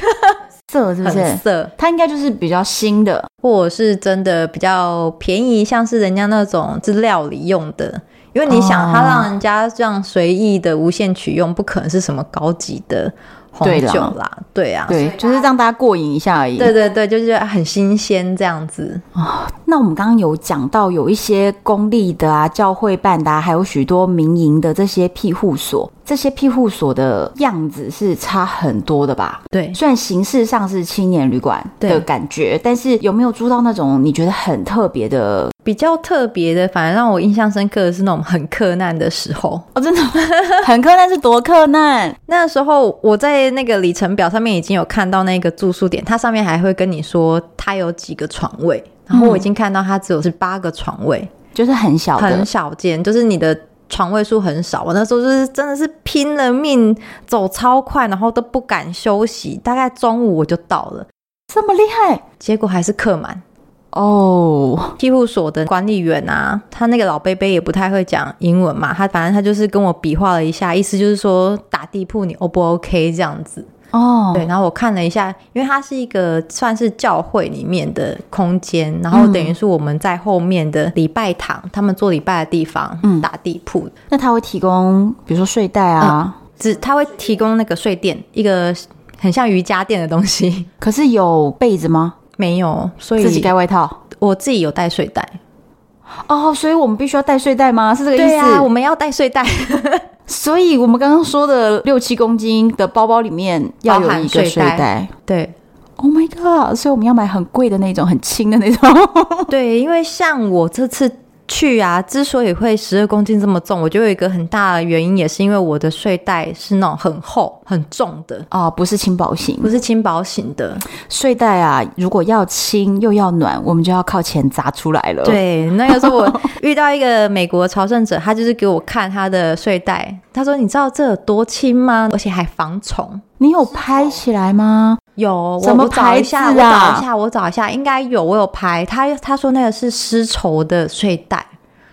色是不
很
是？
涩，
它应该就是比较新的，
或者是真的比较便宜，像是人家那种是料理用的。因为你想，它让人家这样随意的无限取用，不可能是什么高级的红
对啦
酒啦，对啊，
对，就是让大家过瘾一下而已。
对对对，就是很新鲜这样子。
那我们刚刚有讲到有一些公立的啊、教会办的、啊，还有许多民营的这些庇护所，这些庇护所的样子是差很多的吧？
对，
虽然形式上是青年旅馆的
对
感觉，但是有没有租到那种你觉得很特别的？
比较特别的，反而让我印象深刻的是那种很克难的时候。
哦，真的 (laughs) 很困难是多困难
那时候我在那个里程表上面已经有看到那个住宿点，它上面还会跟你说它有几个床位，然后我已经看到它只有是八个床位，
就是很小嗯的
很少见，就是你的。床位数很少，我那时候就是真的是拼了命走超快，然后都不敢休息。大概中午我就到了，
这么厉害
结果还是客满。
哦，
庇护所的管理员啊，他那个老贝贝也不太会讲英文嘛，他反正他就是跟我比划了一下，意思就是说打地铺你 O 不 OK 这样子。
哦，
对，然后我看了一下，因为它是一个算是教会里面的空间，然后等于是我们在后面的礼拜堂，他们做礼拜的地方、
嗯
打地铺，
那他会提供比如说睡袋啊，
只他会提供那个睡垫，一个很像瑜伽垫的东西， (laughs)
可是有被子吗？
没有，所
自己
以
盖外套
我自己有带睡袋。
哦，所以我们必须要带睡袋吗？是这个意思？
对啊，我们要带睡袋。
所以我们刚刚说的六七公斤的包包里面要有一个睡
包含睡
袋
对，
Oh my god！所以我们要买很贵的那种，很轻的那种。
对，因为像我这次去啊，之所以会十二公斤这么重，我觉得有一个很大的原因，也是因为我的睡袋是那种很厚、很重的，
哦，不是轻薄型
不是轻薄型的。
睡袋啊，如果要轻又要暖，我们就要靠钱砸出来了。，
对，那个时
(laughs)
候我遇到一个美国朝圣者，他就是给我看他的睡袋，他说：“你知道这有多轻吗？而且还防虫。”
你有拍起来吗？
有，我
什么
我找一下，
牌
我
子啊
找一下，我找一下，应该有，我有拍。他他说那个是丝绸的睡袋，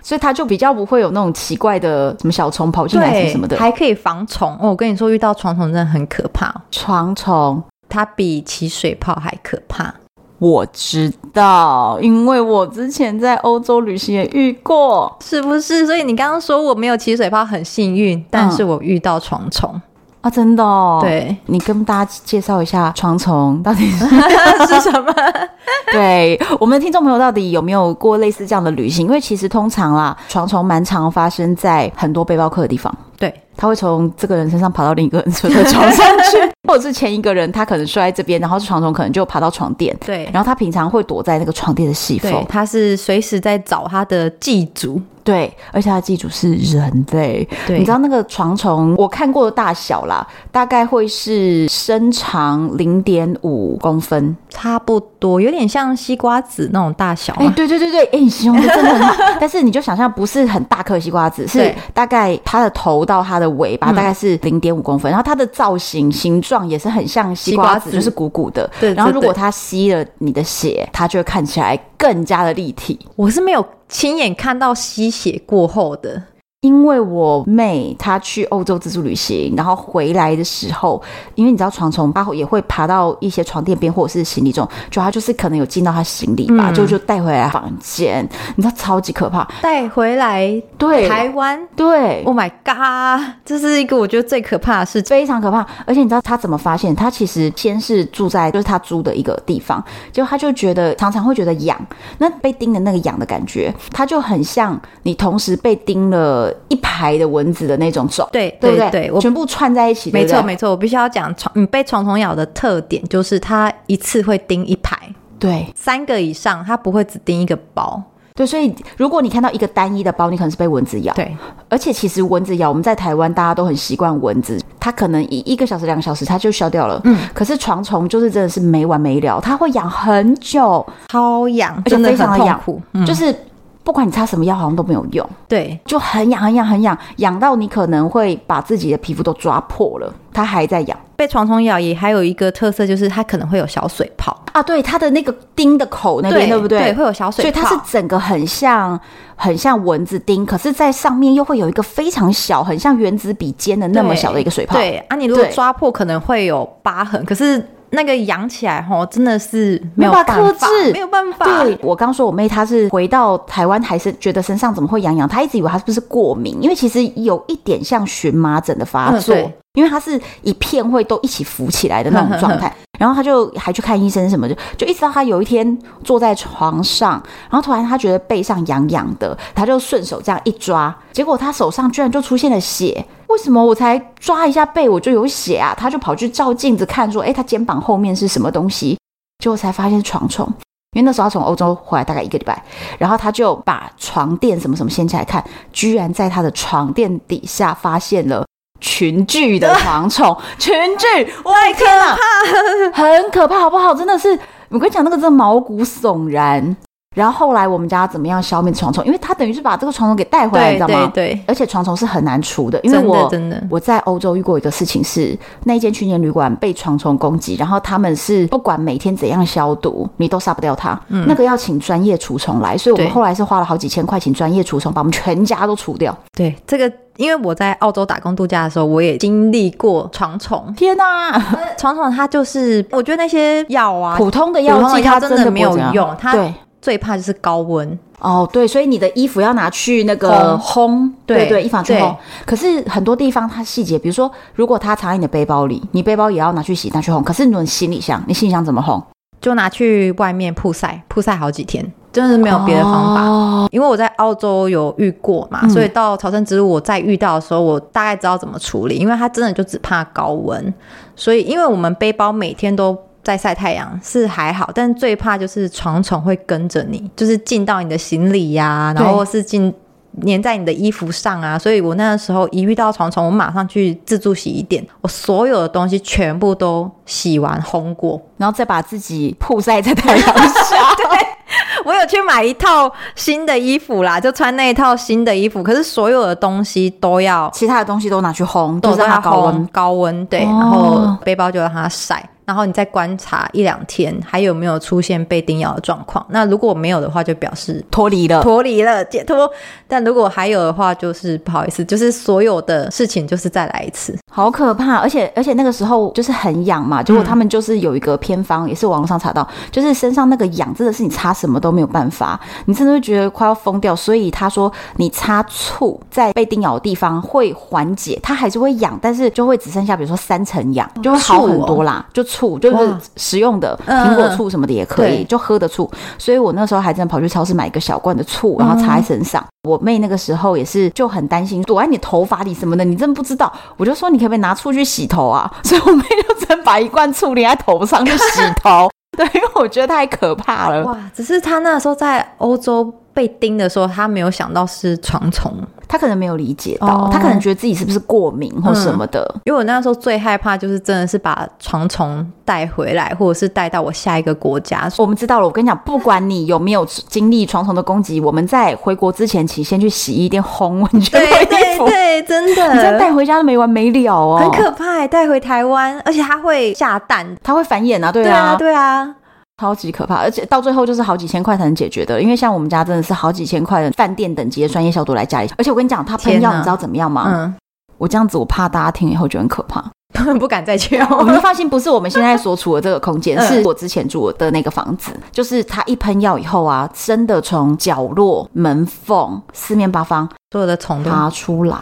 所以它就比较不会有那种奇怪的什么小虫跑进来什么
对
什么，的
还可以防虫。哦，我跟你说，遇到床虫真的很可怕，哦
床虫。
它比起水泡还可怕。
我知道，因为我之前在欧洲旅行也遇过。
是不是？所以你刚刚说我没有起水泡很幸运，但是我遇到床虫，
啊，真的嗯哦。， (laughs)
对，
你跟大家介绍一下床虫到底
(laughs)
是是什么？对，我们的听众朋友到底有没有过类似这样的旅行？因为其实通常啦，床虫蛮常发生在很多背包客的地方。
对，
他会从这个人身上爬到另一个人的床上去，
(laughs)
或者是前一个人他可能睡在这边，然后床虫可能就爬到床垫，
对
然后 E 他平常会躲在那个床垫的细缝
对，，它是随时在找它的寄主，
对，而且他记住是人类，
对
你知道那个床虫我看过的大小啦，大概会是身长零点五公分，
差不多，有点像西瓜子那种大小
哎、
嘛。
对对对对，哎、你形容的真的很
(laughs)
好，但是你就想象不是很大颗西瓜子，是
对
大概它的头到它的尾巴
嗯
大概是零点五公分，然后它的造型形状也是很像西瓜子，
西瓜子
就是鼓鼓的。
对对
然后如果
对
它吸了你的血，它就会看起来更加的立体。
我是没有亲眼看到吸血过后的，
因为我妹她去欧洲自助旅行，然后回来的时候，因为你知道床虫它也会爬到一些床垫边或者是行李中，就它就是可能有进到她行李吧，
嗯
就就带回来房间，你知道超级可怕。
带回来
对，
台湾
对，
，Oh my god，这是一个我觉得最可怕的事情。
非常可怕。而且你知道他怎么发现？他其实先是住在就是他租的一个地方，结果他就觉得常常会觉得痒，那被叮的那个痒的感觉，它就很像你同时被叮了一排的蚊子的那种肿，
对
对
对
不对？
对我
全部串在一起，
没
对
错
不对
没错，我必须要讲床，你被床虫咬的特点就是它一次会叮一排，
对
三个以上，它不会只叮一个包。
对，所以如果你看到一个单一的包，你可能是被蚊子咬，
对，
而且其实蚊子咬，我们在台湾大家都很习惯蚊子，它可能一一个小时、两个小时它就消掉了。嗯，可是床虫就是真的是没完没了，它会痒很久，
超痒，
而且
真的
非
很
常的
痛
痒
苦。嗯
就是不管你擦什么药好像都没有用，
对，
就很痒很痒很痒，痒到你可能会把自己的皮肤都抓破了，它还在痒
被床虫咬也还有一个特色就是它可能会有小水泡，
啊！对，它的那个叮的口那边，对不对？
对，会有小水
所以
泡，
它是整个很像很像蚊子叮，可是在上面又会有一个非常小，很像原子笔尖的那么小的一个水泡。
对啊，你如果
对
抓破可能会有疤痕，可是那个痒起来吼，真的是没有
没有
办
办法
法
克制
没有办法。
对，我刚说我妹她是回到台湾，还是觉得身上怎么会痒痒？她一直以为她是不是过敏，因为其实有一点像荨麻疹的发作，
嗯对
因为它是一片会都一起浮起来的那种
嗯
状态。然后她就还去看医生什么的，就一直到她有一天坐在床上，然后突然她觉得背上痒痒的，她就顺手这样一抓，结果她手上居然就出现了血。为什么我才抓一下背我就有血啊？她就跑去照镜子看，说：“哎，她肩膀后面是什么东西？”结果才发现是床虫。因为那时候他从欧洲回来大概一个礼拜，然后他就把床垫什么什么掀起来看，居然在他的床垫底下发现了群聚的床
(laughs)
虫，群聚，我的天啊，很可怕，好不好？真的是，我跟你讲，那个真的毛骨悚然。然后后来我们家怎么样消灭床虫？因为他等于是把这个床虫给带回来，你
对
知道
对
吗？
对，
而且床虫是很难除的，因为
真
我
的真的
我在欧洲遇过一个事情是，那一间青年旅馆被床虫攻击，然后他们是不管每天怎样消毒，你都杀不掉它。那个要请专业除虫来，所以我们
嗯对
后来是花了好几千块请专业除虫，把我们全家都除掉。
对这个，因为我在澳洲打工度假的时候，我也经历过床虫。
天哪、
床虫它就是，我觉得那些药
(laughs)
啊，
普通的
普
药
通
剂
的
它
药
真
真
的
的没有
不怎样
用，它
对。
最怕就是高温。
哦，对，所以你的衣服要拿去那个烘，对
对
对，衣服拿去烘
对。
可是很多地方它细节，比如说，如果它藏在你的背包里，你背包也要拿去洗、拿去烘。可是你的行李箱，你行李箱怎么烘？
就拿去外面曝晒，曝晒好几天，真的是没
哦
有别的方法。因为我在澳洲有遇过嘛，所以到朝圣之路我再遇到的时候，我大概知道怎么处理，因为它真的就只怕高温，所以因为我们背包每天都在晒太阳是还好，但最怕就是床虫会跟着你，就是进到你的行李呀、然后对
对
或是进粘在你的衣服上啊。所以我那时候一遇到床虫，我马上去自助洗衣店，我所有的东西全部都洗完烘过。
然后再把自己曝晒在太阳 (laughs) 下。
(laughs) 我有去买一套新的衣服啦，就穿那一套新的衣服，可是所有的东西都要
其他的东西都拿去烘，
都
都让它
它
高温哦
烘。高温对，然后背包就让它晒，然后你再观察一两天，还有没有出现被叮咬的状况。那如果没有的话，就表示呃
脱离了，
脱离了解脱；但如果还有的话，就是不好意思，就是所有的事情就是再来一次。
好可怕！而且而且那个时候就是很痒嘛，结果他们就是有一个偏方，也是网络上查到，就是身上那个痒真的是你擦什么都没有办法，你真的会觉得快要疯掉。所以他说你擦醋在被叮咬的地方会缓解，它还是会痒，但是就会只剩下比如说三层痒，就会好很多啦。就醋就是
哇
食用的
嗯
苹果醋什么的也可以，
对
就喝的醋。所以我那时候还真的跑去超市买一个小罐的醋，
嗯
然后擦在身上。我妹那个时候也是就很担心躲在你头发里什么的，你真的不知道。我就说你可不可以拿醋去洗头啊？ (laughs) 所以我妹就真把一罐醋淋在头上去洗头。 (laughs) 对，因为我觉得太可怕了。
哇！只是他那时候在欧洲被叮的时候，他没有想到是床虫，
她可能没有理解到，
哦嗯
她可能觉得自己是不是过敏或什么的。
因为我那时候最害怕就是真的是把床虫带回来，或者是带到我下一个国家。
我们知道了，我跟你讲，不管你有没有经历床虫的攻击，我们在回国之前，请先去洗衣店烘，你觉得
对
衣
对
服，
对，真的，
你这样带回家都没完没了哦，
很可怕欸，带回台湾，而且它会下蛋。
它会繁衍啊，对
对
啊，
啊，对啊，
超级可怕，而且到最后就是好几千块才能解决的，因为像我们家真的是好几千块的饭店等级的专业消毒来家里，而且我跟你讲，它喷
天
药
哪
你知道怎么样吗？
嗯，
我这样子我怕大家听以后觉得很可
(laughs)
怕。
不敢再去
我们
哦。
放心，不是我们现在所处的这个空间，
嗯
是我之前住的那个房子，就是它一喷药以后啊，真的从角落、门缝、四面八方
所有的虫都
爬出来，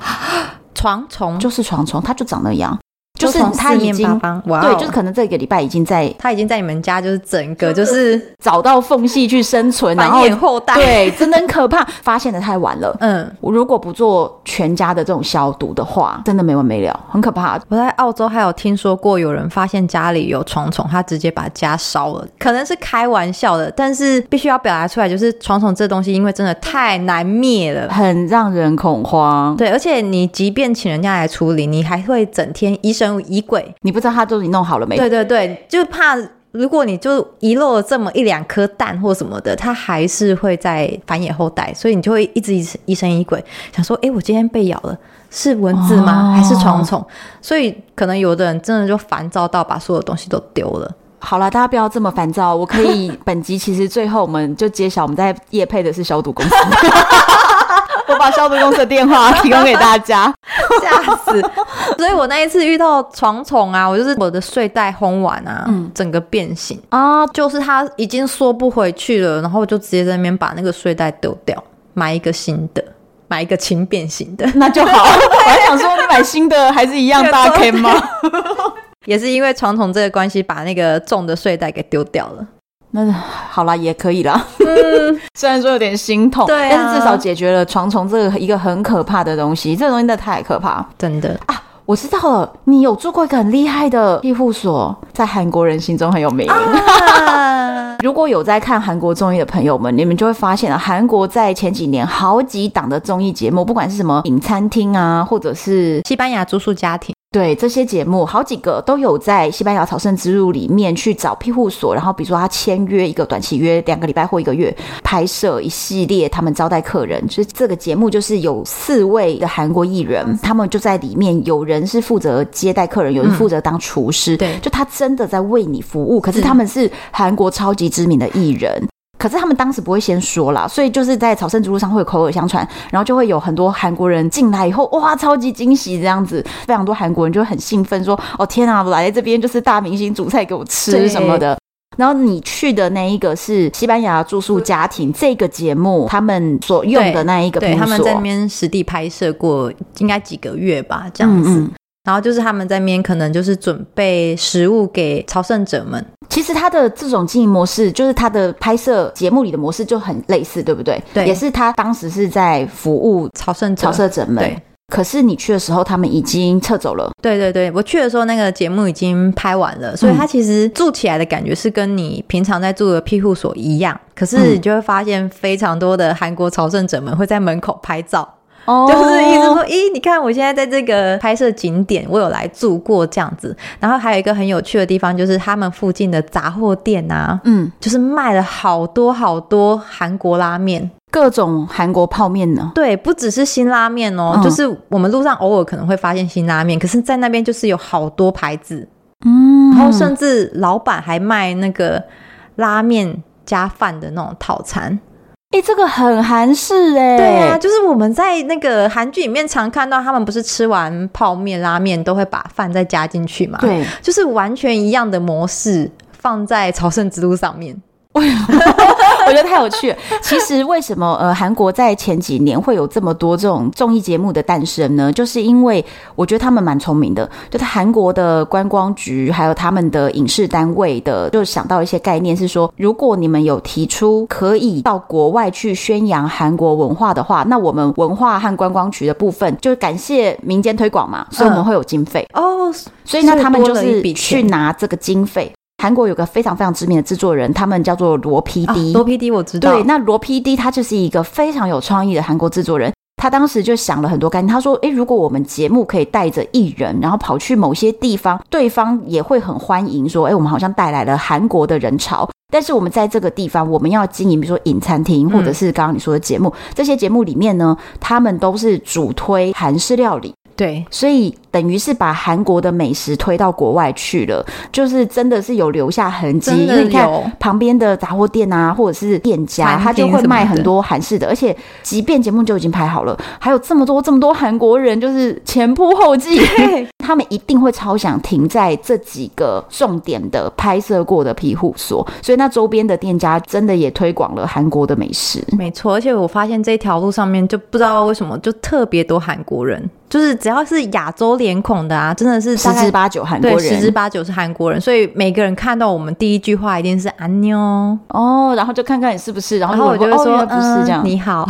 床虫，
就是床虫，它就长那样，就是
从
它
四
已
面
经
八方，哇哦，
对，就是可能这个礼拜已经在
它已经在你们家就是整个就是
找到缝隙去生存，
繁
然后
衍后代。，
对，真的很可怕，发现的太晚了。
嗯，
我如果不做全家的这种消毒的话，真的没完没了，很可怕。
我在澳洲还有听说过有人发现家里有床虫，他直接把家烧了，可能是开玩笑的，但是必须要表达出来，就是床虫这东西，因为真的太难灭了。
很让人恐慌，
对，而且你即便请人家来处理，你还会整天疑神疑鬼。
你不知道他都已经弄好了没？
对对对，就怕如果你就遗漏了这么一两颗蛋或什么的，它还是会再繁衍后代，所以你就会一直疑神疑鬼，想说，诶，我今天被咬了，是蚊子
哦
吗？还是床虫？所以可能有的人真的就烦躁到把所有东西都丢了。
好了，大家不要这么烦躁。我可以，本集其实最后我们就揭晓，我们在夜配的是消毒公
(laughs)
司。我把消毒公司的电话提供给大
(laughs)
家。
吓死！所以我那一次遇到床虫啊，我就是我的睡袋烘完啊，整个变形啊，就是它已经缩不回去了，然后我就直接在那边把那个睡袋丢掉，买一个新的，买一个轻变形的。 (laughs)
那就好。我还想说，你买新的还是一样大 K 吗？
也是因为床虫这个关系，把那个重的睡袋给丢掉了。
那好啦，也可以啦。 (laughs) 虽然说有点心痛，
嗯对啊
但是至少解决了床虫这个一个很可怕的东西。这个东西真的太可怕。
真的，
我知道了，你有做过一个很厉害的庇护所，在韩国人心中很有名。
啊
如果有在看韩国综艺的朋友们，你们就会发现啊，韩国在前几年好几档的综艺节目，不管是什么影餐厅啊，或者是
(laughs) 西班牙住宿家庭，
对这些节目，好几个都有在西班牙朝圣之路里面去找庇护所，然后比如说他签约一个短期约，两个礼拜或一个月，拍摄一系列他们招待客人。就是这个节目就是有四位的韩国艺人，他们就在里面，有人是负责接待客人，有人负责当厨师，
对
就他真的在为你服务。可是他们是韩国超级知名的艺人。可是他们当时不会先说啦，所以就是在朝圣之路上会有口耳相传，然后就会有很多韩国人进来以后，哇，超级惊喜这样子，非常多韩国人就会很兴奋说，哦天啊，我来这边就是大明星煮菜给我吃
对
什么的。然后你去的那一个是西班牙住宿家庭这个节目，他们所用的那一个
对，
民
他
宿
们在那边实地拍摄过，应该几个月吧，这样
嗯
子。
嗯，
然后就是他们在那边可能就是准备食物给朝圣者们，
其实它的这种经营模式，就是它的拍摄节目里的模式就很类似，对不对？
对
也是他当时是在服务
朝圣者
朝圣者们
对。
可是你去的时候，他们已经撤走了。
对对对，我去的时候那个节目已经拍完了，所以它其实住起来的感觉是跟你平常在住的庇护所一样，可是你就会发现非常多的韩国朝圣者们会在门口拍照。
哦
就是一直说，咦，你看我现在在这个拍摄景点，我有来住过这样子。然后还有一个很有趣的地方，就是他们附近的杂货店啊，
嗯，
就是卖了好多好多韩国拉面。
各种韩国泡面呢。
对，不只是新拉面哦，
嗯
就是我们路上偶尔可能会发现新拉面，可是，在那边就是有好多牌子，
嗯
然后甚至老板还卖那个拉面加饭的那种套餐。
哎、这个很韩式哎、
对啊，就是我们在那个韩剧里面常看到，他们不是吃完泡面、拉面都会把饭再加进去嘛？，
对，
就是完全一样的模式放在朝圣之路上面。
(laughs) 我觉得太有趣了。其实为什么呃韩国在前几年会有这么多这种综艺节目的诞生呢？就是因为我觉得他们蛮聪明的，就是韩国的观光局还有他们的影视单位的，就想到一些概念是说，如果你们有提出可以到国外去宣扬韩国文化的话，那我们文化和观光局的部分就感谢民间推广嘛，所以我们
嗯
会有经费。
哦，
所以呢，
所以
他们就
多了一
是
笔
去
钱
拿这个经费。韩国有个非常非常知名的制作人，他们叫做罗 PD，、
啊罗 PD 我知道，
对，那罗 PD 他就是一个非常有创意的韩国制作人。他当时就想了很多概念，他说：“诶，如果我们节目可以带着艺人，然后跑去某些地方，对方也会很欢迎，说：‘诶，我们好像带来了韩国的人潮。’但是我们在这个地方，我们要经营，比如说饮餐厅，
嗯
或者是刚刚你说的节目，这些节目里面呢，他们都是主推韩式料理，
对
所以等于是把韩国的美食推到国外去了，就是真的是有留下痕迹。
真
因为
的
你看，
有。
旁边的杂货店啊，或者是店家，
餐厅
他就会卖很多韩式的，而且即便节目就已经拍好了，还有这么多这么多韩国人，就是前仆后继， (laughs) 他们一定会超想停在这几个重点的拍摄过的庇护所，所以那周边的店家真的也推广了韩国的美食。
没错，而且我发现这条路上面就不知道为什么就特别多韩国人，就是只要是亚洲脸孔的啊，真的是
十
大概
之八九韩国
对
人，
十之八九是韩国人，所以每个人看到我们第一句话一定是安妞，
哦，然后就看看你是不是，然后
然后我
如果
就会说、
哦原来不是这样，
嗯
(laughs)
你好，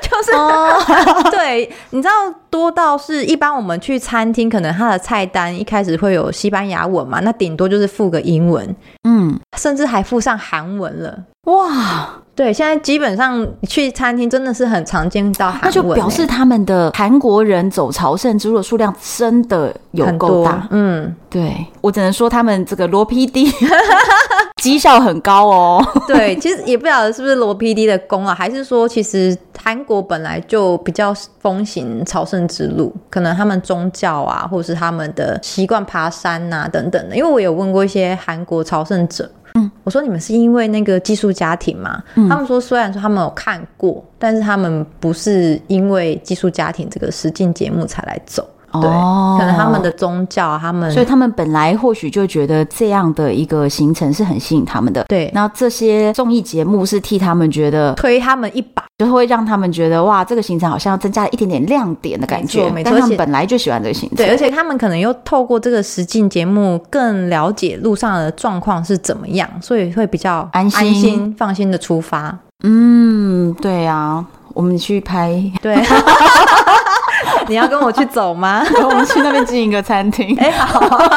就是、
哦
对，你知道多到是一般我们去餐厅，可能它的菜单一开始会有西班牙文嘛，那顶多就是附个英文，
嗯，
甚至还附上韩文了。
哇，
对，现在基本上去餐厅真的是很常见到韩
那
文欸、
就表示他们的韩国人走朝圣之路的数量真的有
很
够
多
大。 (laughs)
嗯，
对我只能说他们这个罗
(laughs)
PD 绩效很高哦。
对，其实也不晓得是不是罗 PD 的功啊，还是说其实韩国本来就比较风行朝圣之路，可能他们宗教啊，或者是他们的习惯爬山呐、等等的。因为我有问过一些韩国朝圣者，嗯，我说你们是因为那个寄宿家庭吗？
嗯
他们说虽然说他们有看过，但是他们不是因为寄宿家庭这个实境节目才来走。对，
哦
可能他们的宗教啊，他们
嗯所以他们本来或许就觉得这样的一个行程是很吸引他们的。
对
那这些综艺节目是替他们觉得，
推他们一把。
就会让他们觉得哇，这个行程好像增加了一点点亮点的感觉
没错。没错
但他
而
们
且
本来就喜欢这个行程。
对，而且他们可能又透过这个实境节目更了解路上的状况是怎么样，所以会比较
安心
安心放心的出发。
嗯，对啊，我们去拍， (laughs)
对，你要跟我去走吗？
(laughs) 我们去那边进一个餐厅。
哎、好
(laughs)
啊、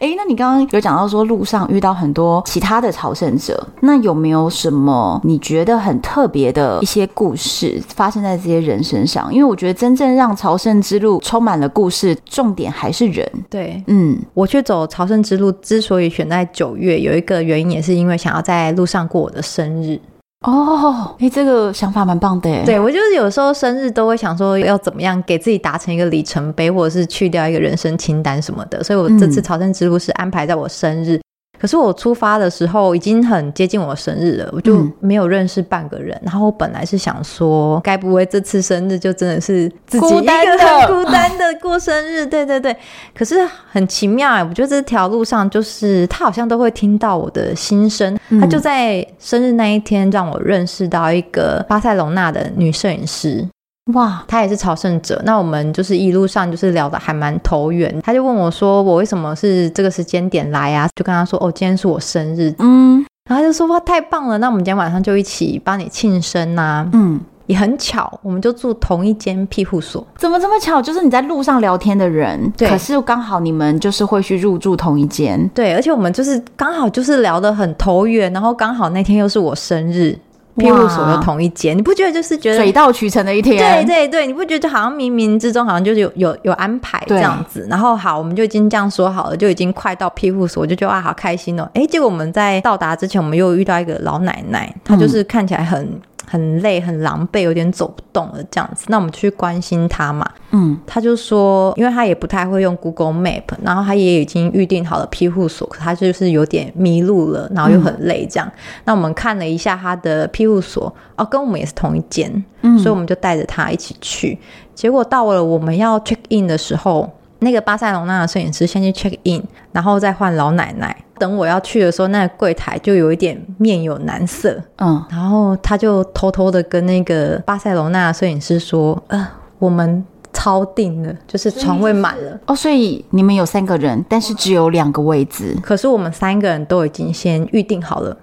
哎，那你刚刚有讲到说路上遇到很多其他的朝圣者，那有没有什么你觉得很特别的一些故事发生在这些人身上？因为我觉得真正让朝圣之路充满了故事，重点还是人。
对。
嗯，
我去走朝圣之路，之所以选在九月，有一个原因也是因为想要在路上过我的生日。
哦，哎，这个想法蛮棒的诶。
对我就是有时候生日都会想说要怎么样给自己达成一个里程碑，或者是去掉一个人生清单什么的，所以我这次
嗯
朝圣之路是安排在我生日。可是我出发的时候已经很接近我生日了，我就
嗯
没有认识半个人。然后我本来是想说，该不会这次生日就真的是自己
孤
一个
单
人
的
孤单的过生日？对对对。可是很奇妙哎、我觉得这条路上就是他好像都会听到我的心声，
嗯
他就在生日那一天让我认识到一个巴塞隆纳的女摄影师，
哇，
她也是朝圣者。那我们就是一路上就是聊得还蛮投缘，他就问我说我为什么是这个时间点来啊？就跟他说哦，今天是我生日，
嗯
然后他就说哇太棒了，那我们今天晚上就一起帮你庆生呐、啊
嗯，
也很巧，我们就住同一间庇护所。
怎么这么巧？就是你在路上聊天的人，
对
可是刚好你们就是会去入住同一间，
对，而且我们就是刚好就是聊得很投缘，然后刚好那天又是我生日，庇护所又同一间，你不觉得就是觉得
水到渠成的一天。
对对对，你不觉得就好像冥冥之中好像就是有有有安排这
对
样子？然后好，我们就已经这样说好了，就已经快到庇护所，我就觉得哇，好开心哦！诶，结果我们在到达之前，我们又遇到一个老奶奶，
嗯
她就是看起来很。很累，很狼狈，有点走不动了这样子。那我们去关心她嘛，
嗯，
她就说，因为她也不太会用 Google Map，然后她也已经预定好了庇护所，可她就是有点迷路了，然后又很累这样。那我们看了一下她的庇护所，哦，跟我们也是同一间，所以我们就带着他一起去。结果到了我们要 check in 的时候，那个巴塞隆纳的摄影师先去 check in，然后再换老奶奶。等我要去的时候，那个柜台就有一点面有难色，
嗯，
然后他就偷偷的跟那个巴塞隆纳的摄影师说：“呃，我们超定了，就是床位满了。
哦，所以你们有三个人，但是只有两个位置，
可是我们三个人都已经先预定好了。”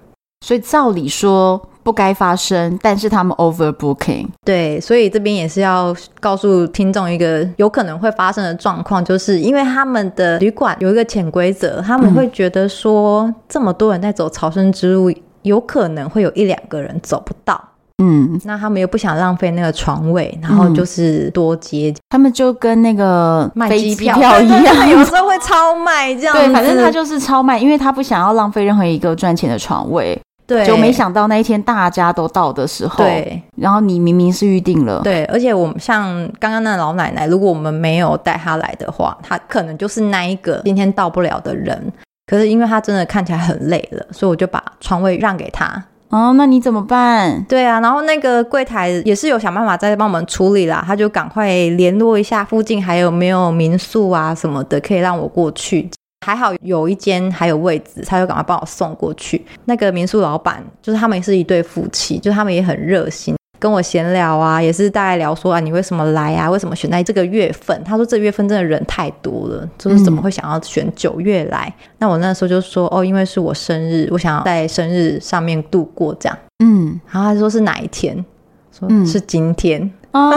所以照理说不该发生，但是他们 overbooking。
对，所以这边也是要告诉听众一个有可能会发生的状况，就是因为他们的旅馆有一个潜规则，他们会觉得说、这么多人在走朝圣之路，有可能会有一两个人走不到，
嗯，
那他们又不想浪费那个床位，然后就是多接、
他们就跟那个
卖
飞
机
机
票
票一
(laughs) 对对对有
样。
时候会超卖这样子。
对，反正他就是超卖，因为他不想要浪费任何一个赚钱的床位。
对，
就没想到那一天大家都到的时候，，
对。
然后你明明是预定了，
对，而且我们像刚刚那老奶奶，如果我们没有带她来的话，她可能就是那一个今天到不了的人。可是因为她真的看起来很累了，所以我就把床位让给她。
哦，那你怎么办？
对啊，然后那个柜台也是有想办法在帮我们处理啦，她就赶快联络一下附近还有没有民宿啊什么的，可以让我过去。还好有一间还有位置，她就赶快帮我送过去。那个民宿老板就是他们是一对夫妻，就是他们也很热心，跟我闲聊啊，也是大概聊说啊，你为什么来啊？为什么选在这个月份？他说这月份真的人太多了，就是怎么会想要选九月来？那我那时候就说哦，因为是我生日，我想要在生日上面度过这样。 (laughs)
嗯，
然后他说是哪一天？说
嗯
是今天。
哦，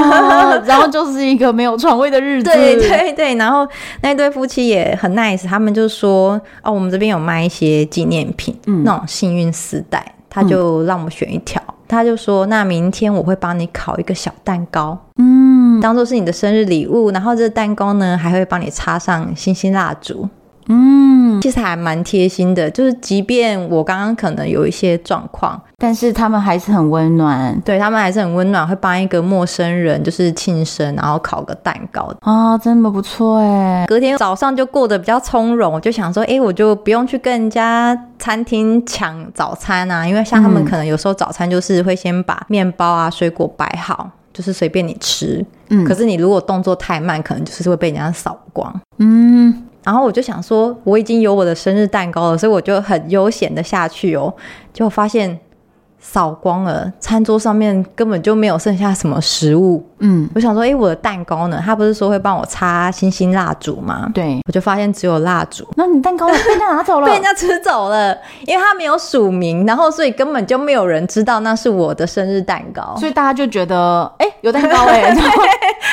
然后就是一个没有床位的日子，
对对对，然后那对夫妻也很 nice，他们就说哦，我们这边有卖一些纪念品，
嗯
那种幸运丝带，他就让我们选一条。他就说：“那明天我会帮你烤一个小蛋糕，
嗯
当做是你的生日礼物。然后这蛋糕呢，还会帮你插上星星蜡烛，
嗯，
其实还蛮贴心的。就是即便我刚刚可能有一些状况，
但是他们还是很温暖
对他们还是很温暖，会帮一个陌生人就是庆生，然后烤个蛋糕
啊、哦，真的不错哎，
隔天早上就过得比较从容，我就想说，诶，我就不用去跟人家餐厅抢早餐啊，因为像他们
嗯
可能有时候早餐就是会先把面包啊、水果摆好，就是随便你吃。
嗯
可是你如果动作太慢，可能就是会被人家扫光。
嗯，
然后我就想说，我已经有我的生日蛋糕了，所以我就很悠闲的下去哦，结果发现扫光了，餐桌上面根本就没有剩下什么食物。
嗯，
我想说，诶，我的蛋糕呢？他不是说会帮我插星星蜡烛吗？
对，
我就发现只有蜡烛
那你蛋糕被人家拿走了
(laughs) 被，人家吃走了，因为他没有署名，然后所以根本就没有人知道那是我的生日蛋糕，
所以大家就觉得，哎、有蛋糕
(laughs)
哎、然后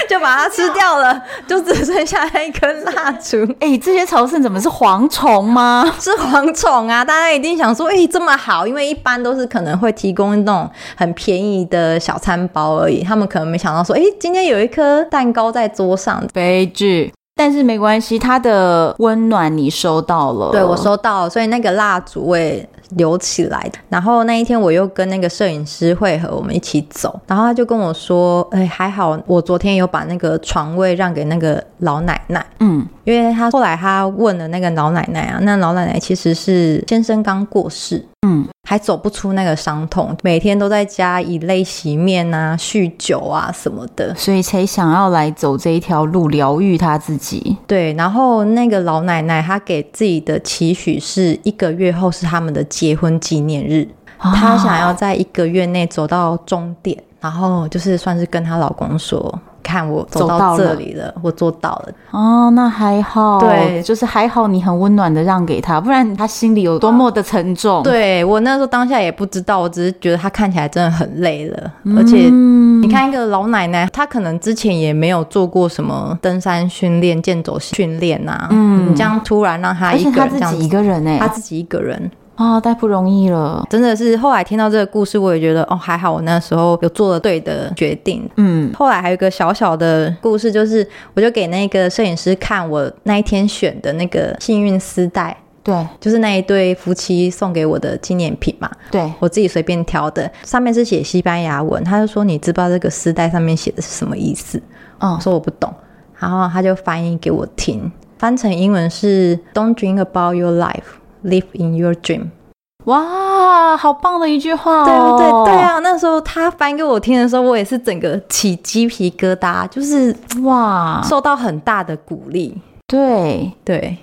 就把它吃掉了，就只剩下那一根蜡烛。
哎、这些朝圣怎么是蝗虫吗？
是蝗虫啊！大家一定想说，哎、这么好，因为一般都是可能会提供那种很便宜的小餐包而已，他们可能没想到说，哎、今天有一颗蛋糕在桌上，
悲剧。但是没关系，它的温暖你收到了。
对我收到了，所以那个蜡烛我也留起来。然后那一天我又跟那个摄影师会合，我们一起走，然后他就跟我说：“哎、还好我昨天有把那个床位让给那个老奶奶。”
嗯，
因为他后来他问了那个老奶奶啊，那老奶奶其实是先生刚过世，
嗯，
还走不出那个伤痛，每天都在家以泪洗面啊、酗酒啊什么的。
所以才想要来走这一条路，疗愈他自己。
对，然后那个老奶奶她给自己的期许是一个月后是他们的结婚纪念日，
啊
她想要在一个月内走到终点，然后就是算是跟她老公说，看我
走
走
到
到
了
这里了，我做到了。
哦，那还好，
对
就是还好你很温暖的让给他，不然他心里有多么的沉重。，
对我那时候当下也不知道，我只是觉得她看起来真的很累了，
嗯
而且你看一个老奶奶，她可能之前也没有做过什么登山训练、健走训练啊，嗯，你这样突然让她
而
一
且
个
他
人
自
这样
己一
子，
个人哎、
她自己一个人，
哦，太不容易了。
真的是后来听到这个故事，我也觉得哦，还好我那时候有做了对的决定。
嗯，
后来还有一个小小的故事，就是我就给那个摄影师看我那一天选的那个幸运丝带，
对
就是那一对夫妻送给我的纪念品嘛，
对，
我自己随便挑的，上面是写西班牙文，他就说你知不知道这个丝带上面写的是什么意思？
嗯
我说我不懂，然后他就翻译给我听，翻成英文是 Don't dream about your life, live in your dream。
哇，好棒的一句话、
对
哦，
对对啊！那时候他翻给我听的时候，我也是整个起鸡皮疙瘩，就是
对，哇，
受到很大的鼓励。
对，
对，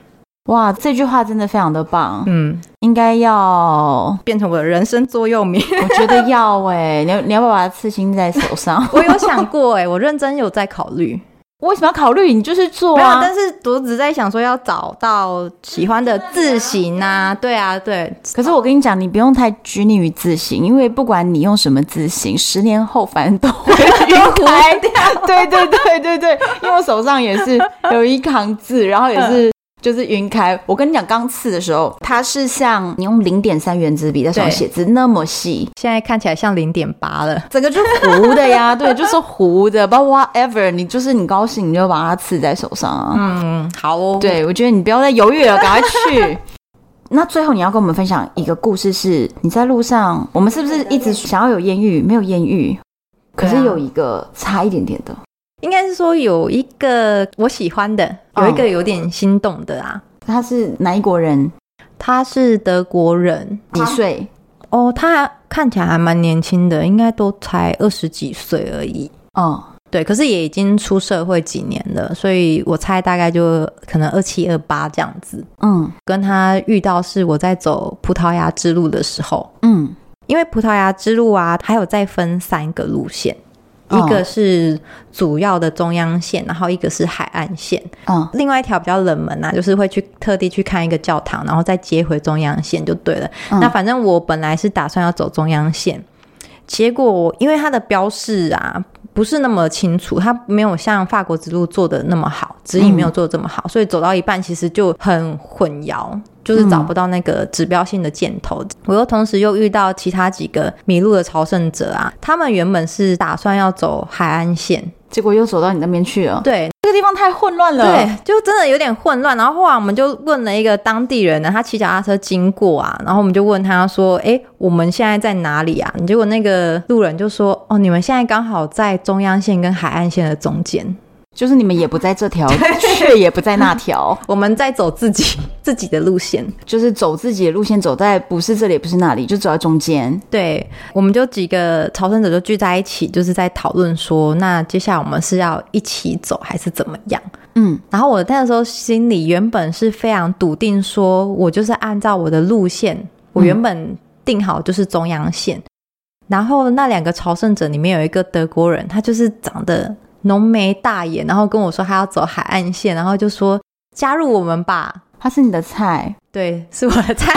哇，这句话真的非常的棒，
嗯，
应该要，
变成我的人生座右铭。
我觉得要哎、你要你要不要把它刺青在手上？
(laughs) (laughs) 我有想过哎、我认真有在考 (laughs) 虑，
(laughs) 为什么要考虑？你就是做
没有，
啊。
但是我只在想说要找到喜欢的字型 (laughs) 啊，对啊，对，
可是我跟你讲，你不用太拘泥于字形，因为不管你用什么字形，十年后反正都会晕开掉。对对对对对，因为我手上也是有一行字，然后也是。就是晕开，我跟你讲，刚刺的时候，它是像你用零点三原子笔在手上
对
写字那么细，
现在看起来像零点八了。
整个就糊的呀，对，就是糊的，包括 whatever，你就是你高兴你就把它刺在手上啊。
(laughs) 嗯，好哦，
对，我觉得你不要再犹豫了，赶快 (laughs) 去。那最后你要跟我们分享一个故事是，你在路上，我们是不是一直想要有艳遇，没有艳遇，可
对啊
是有一个差一点点的，
应该是说有一个我喜欢的，有一个
嗯
有点心动的啊，
他是哪一国人？
他是德国人，
几岁？
哦，他看起来还蛮年轻的，应该都才二十几岁而已。
哦，
对，可是也已经出社会几年了，所以我猜大概就可能二七二八这样子。
嗯
跟他遇到是我在走葡萄牙之路的时候，
嗯，
因为葡萄牙之路啊，还有再分三个路线，
哦
一个是主要的中央线，然后一个是海岸线，
嗯，
另外一条比较冷门啊，就是会去特地去看一个教堂，然后再接回中央线就对了。
嗯
那反正我本来是打算要走中央线，结果因为它的标示啊不是那么清楚，它没有像法国之路做的那么好，指引没有做的这么好，所以走到一半其实就很混淆。就是找不到那个指标性的箭头，我又同时又遇到其他几个迷路的朝圣者啊，他们原本是打算要走海岸线，
结果又走到你那边去了，
对，
这个地方太混乱了。，
对，就真的有点混乱。然后后来我们就问了一个当地人呢，他骑脚踏车经过啊，然后我们就问他说：“哎，我们现在在哪里啊？”结果那个路人就说：“哦，你们现在刚好在中央线跟海岸线的中间，
就是你们也不在这 (laughs) 条，却也不在那条，
我们在走自己自己的路线。
就是走自己的路线，走在不是这里，也不是那里，就走在中间。”
对，我们就几个朝圣者就聚在一起，就是在讨论说，那接下来我们是要一起走还是怎么样？
嗯，
然后我那时候心里原本是非常笃定，说我就是按照我的路线，
嗯
我原本定好就是中央线。然后那两个朝圣者里面有一个德国人，他就是长得浓眉大眼，然后跟我说他要走海岸线，然后就说加入我们吧。
它是你的菜，
对，是我
(laughs)
的菜。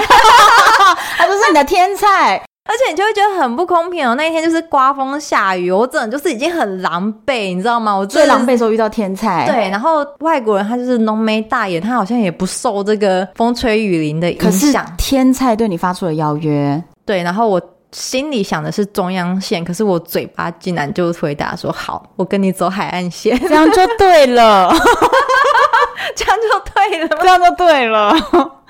它就是你的天菜。
而且你就会觉得很不公平哦。那一天就是刮风下雨，我真的就是已经很狼狈，你知道吗？我真
最
的
狼狈。的时候遇到天才，，
对，然后外国人他就是浓眉大眼，他好像也不受这个风吹雨淋的
可
影
是
响。
天才对你发出了邀 (laughs) 约，
对，然后我心里想的是中央线，可是我嘴巴竟然就回答说好，我跟你走海岸线， (laughs)
这样就对 (laughs) 了，
这样就对了
这样就对了。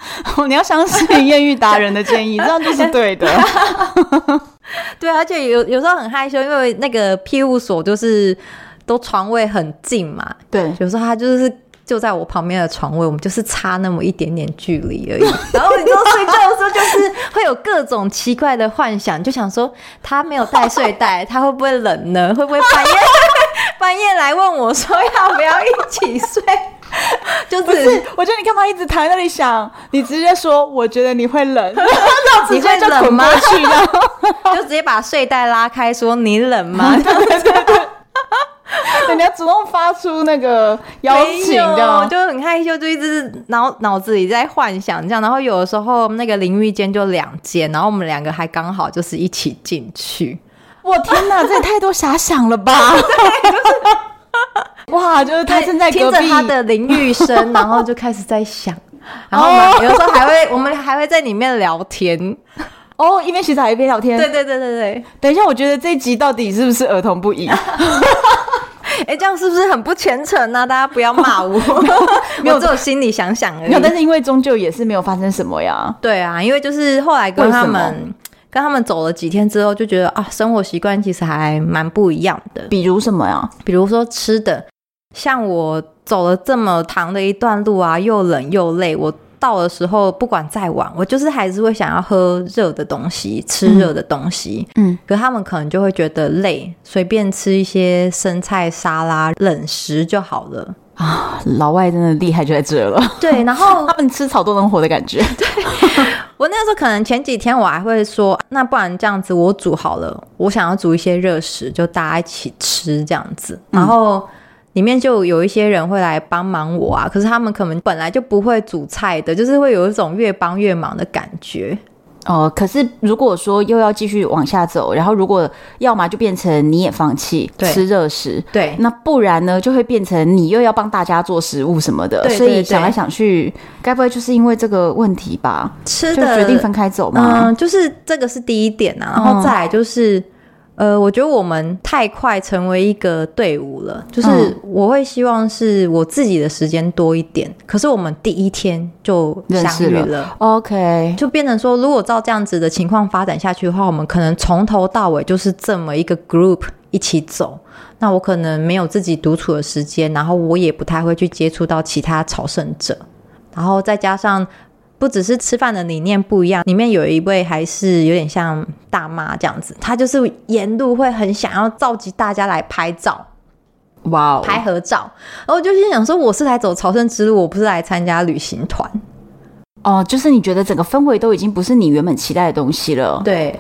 (laughs) 你要相信艳遇达人的建 (laughs) 议，这样就是对的。
对，而且有有时候很害羞，因为那个庇护所就是都床位很近嘛，
对，
有时候他就是就在我旁边的床位，我们就是差那么一点点距离而已。 (laughs) 然后你就睡觉的时候，就是会有各种奇怪的幻想，就想说他没有带睡袋，他会不会冷呢？会不会半夜 (laughs) 半夜来问我说要不要一起睡？ (laughs) 就是
不是，我觉得你干嘛一直躺在那里想？你直接说，我觉得你会 (laughs) 冷，那直
你
接
会
就
冷
滚
吗
过去了。 (laughs)
就直接把睡袋拉开，说你冷吗？
对以你要主动发出那个邀请，啊这
我
样
就很害羞，就一直脑脑子里在幻想这样。然后有的时候那个淋浴间就两间，然后我们两个还刚好就是一起进去。
我天哪，这也太多遐想了 (laughs) 吧！ (laughs) 哇，就是他正在
听
隔
着
壁，
他的淋浴声，然后就开始在想。然后我们有的时候还会，我们还会在里面聊
(laughs)
天。
哦，一边洗澡一边聊天。
对，对对对对，
等一下，我觉得这一集到底是不是儿童不 (laughs) 宜？
哎，这样是不是很不虔诚呢、大家不要
(laughs)
骂我，我只有心里想想而
没有，但
已。
是因为终究也是没有发生什么呀。
对啊，因为就是后来跟
为什
他
么
们跟他们走了几天之后，就觉得啊，生活习惯其实还蛮不一样的。
比如什么呀？
比如说吃的，像我走了这么长的一段路啊，又冷又累，我到的时候不管再晚，我就是还是会想要喝热的东西，吃热的东西。
嗯，
可他们可能就会觉得累，随便吃一些生菜沙拉、冷食就好了。
老外真的厉害就在这了， (laughs)
对，然后
他们吃草都能活的感 (laughs) 觉。
我那时候可能前几天我还会说，那不然这样子我煮好了，我想要煮一些热食，就大家一起吃这样子。
嗯
然后里面就有一些人会来帮忙我啊，可是他们可能本来就不会煮菜的，就是会有一种越帮越忙的感觉。
哦，可是如果说又要继续往下走，然后如果要么就变成你也放弃
对
吃热食，
对，
那不然呢就会变成你又要帮大家做食物什么的，
对
所以
对对
想来想去，该不会就是因为这个问题吧，
吃
就
的
决定分开走吗？嗯
嗯，就是这个是第一点啊，然后再来就是。呃，我觉得我们太快成为一个队伍了，就是
嗯
我会希望是我自己的时间多一点。可是我们第一天就
认
相
识
遇
了
了
OK，
就变成说，如果照这样子的情况发展下去的话，我们可能从头到尾就是这么一个 group 一起走。那我可能没有自己独处的时间，然后我也不太会去接触到其他朝圣者，然后再加上不只是吃饭的理念不一样，里面有一位还是有点像大妈这样子，她就是沿路会很想要召集大家来拍照。
哇哦，
拍合照，然后我就心想说，我是来走朝圣之路，我不是来参加旅行团。
哦，就是你觉得整个氛围都已经不是你原本期待的东西了，
对，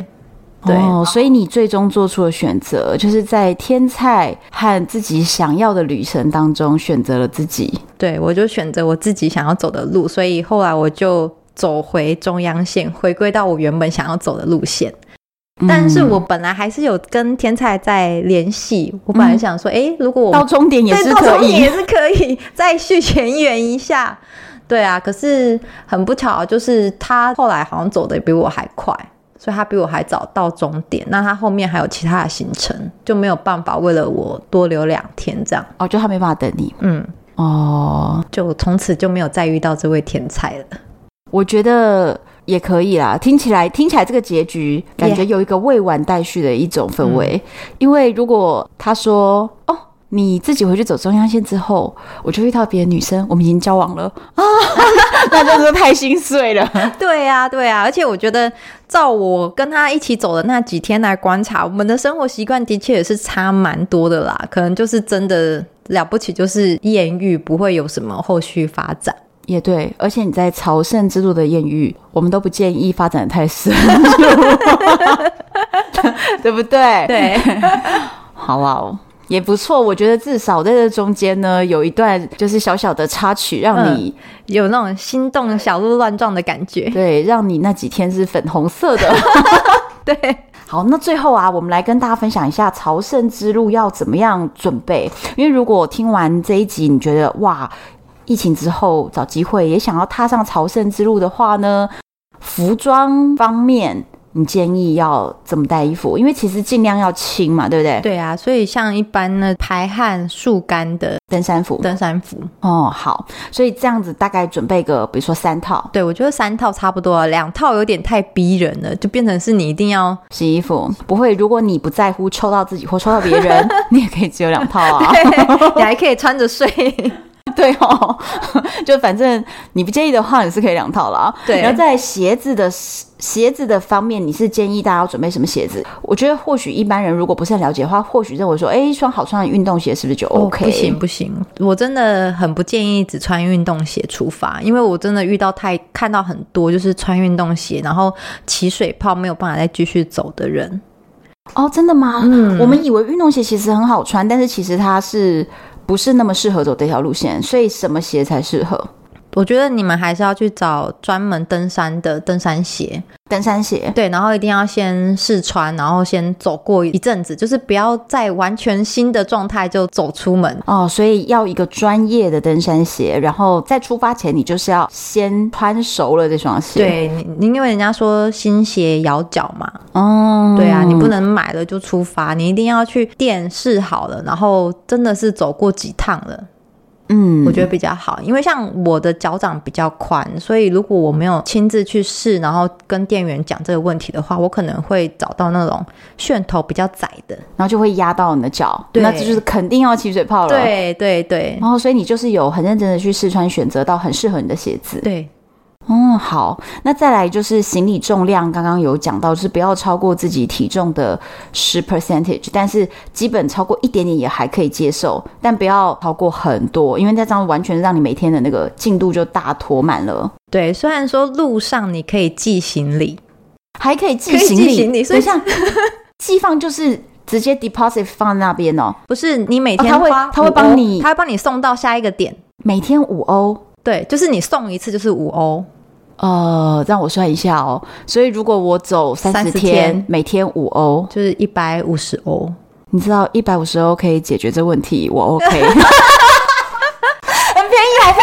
对
哦，所以你最终做出了选择，就是在天菜和自己想要的旅程当中选择了自己。
对，我就选择我自己想要走的路，所以后来我就走回中央线，回归到我原本想要走的路线。但是
嗯
我本来还是有跟天菜在联系，我本来想说，诶，如果我
嗯到
们
终点也
对
是
到终
可
点
以
也，是可以再续前缘一下。对啊，可是很不巧，就是他后来好像走的比我还快，所以他比我还早到终点。那他后面还有其他的行程，就没有办法为了我多留两天这样。
哦，就他没办法等你
嗯，
哦。
就从此就没有再遇到这位天才了。
我觉得也可以啦，听起来听起来这个结局感觉有一个未完待续的一种氛围。因为如果他说哦，你自己回去走中央线之后，我就遇到别的女生，我们已经交 (laughs) 往了啊，那真的是太心碎了。
(laughs) 对呀、对啊呀、而且我觉得，照我跟他一起走的那几天来观察，我们的生活习惯的确也是差蛮多的啦。可能就是真的了不起，就是艳遇不会有什么后续发展。
也对，而且你在朝圣之路的艳遇，我们都不建议发展得太深入， (laughs) 对不对？，
对，
好哇哦，也不错。我觉得至少在这中间呢，有一段就是小小的插曲，让你、
(laughs) 有那种心动小鹿乱撞的感觉。
对，让你那几天是粉红色的。 (laughs)
对，
好，那最后啊，我们来跟大家分享一下朝圣之路要怎么样准备。因为如果听完这一集，你觉得哇，疫情之后找机会也想要踏上朝圣之路的话呢，服装方面你建议要怎么带衣服？因为其实尽量要轻嘛，对不对？，
对啊，所以像一般呢排汗速干的
登山服。
登山服，
哦，好，所以这样子大概准备个，比如说三套
对我觉得三套差不多了，两套有点太逼人了，就变成是你一定要 (laughs)
洗衣服，不会。如果你不在乎抽到自己或抽到别
(laughs)
人，你也可以只有两套啊。
对，你还可以穿着睡。
(laughs) 对哦， (laughs) 就反正你不介意的话，你是可以两套了啊。
对
然后在鞋子的鞋子的方面，你是建议大家要准备什么鞋子？我觉得或许一般人如果不是很了解的话，或许认为说，哎，一双好穿的运动鞋是不是就 OK？、
哦不行不行，我真的很不建议只穿运动鞋出发，因为我真的遇到太看到很多就是穿运动鞋，然后起水泡没有办法再继续走的人。
哦，真的吗？
嗯
我们以为运动鞋其实很好穿，但是其实它是不是那么适合走这条路线？所以什么鞋才适合？
我觉得你们还是要去找专门登山的登山鞋，
登山鞋。
对，然后一定要先试穿，然后先走过一阵子，就是不要在完全新的状态就走出门。
哦，所以要一个专业的登山鞋，然后在出发前你就是要先穿熟了这双鞋。，
对，你因为人家说新鞋咬脚嘛，
哦，
对啊，你不能买了就出发，你一定要去店试好了，然后真的是走过几趟了，
嗯，
我觉得比较好。因为像我的脚掌比较宽，所以如果我没有亲自去试，然后跟店员讲这个问题的话，我可能会找到那种楦头比较窄的。
然后就会压到你的脚，
对
那这就是肯定要起水泡了。，哦
对对对
然后所以你就是有很认真的去试穿，选择到很适合你的鞋子。
对，
嗯，好，那再来就是行李重量，刚刚有讲到，就是不要超过自己体重的十 percentage，但是基本超过一点点也还可以接受，但不要超过很多，因为那这样完全让你每天的那个进度就大拖满了。
对，虽然说路上你可以寄行李，
还可以寄
可以寄
行李，
行李所以
像寄放就是直接 deposit 放在那边哦，
不是你每天
哦他会
花
他会
5
帮
欧
你
他会帮你送到下一个点。
每天五欧。
对，就是你送一次就是五欧，
呃，让我算一下哦。所以如果我走三十
30
天，
天
每天五欧，
就是一百五十欧。
你知道一百五十欧可以解决这问题，我
(laughs)
OK，很便宜好不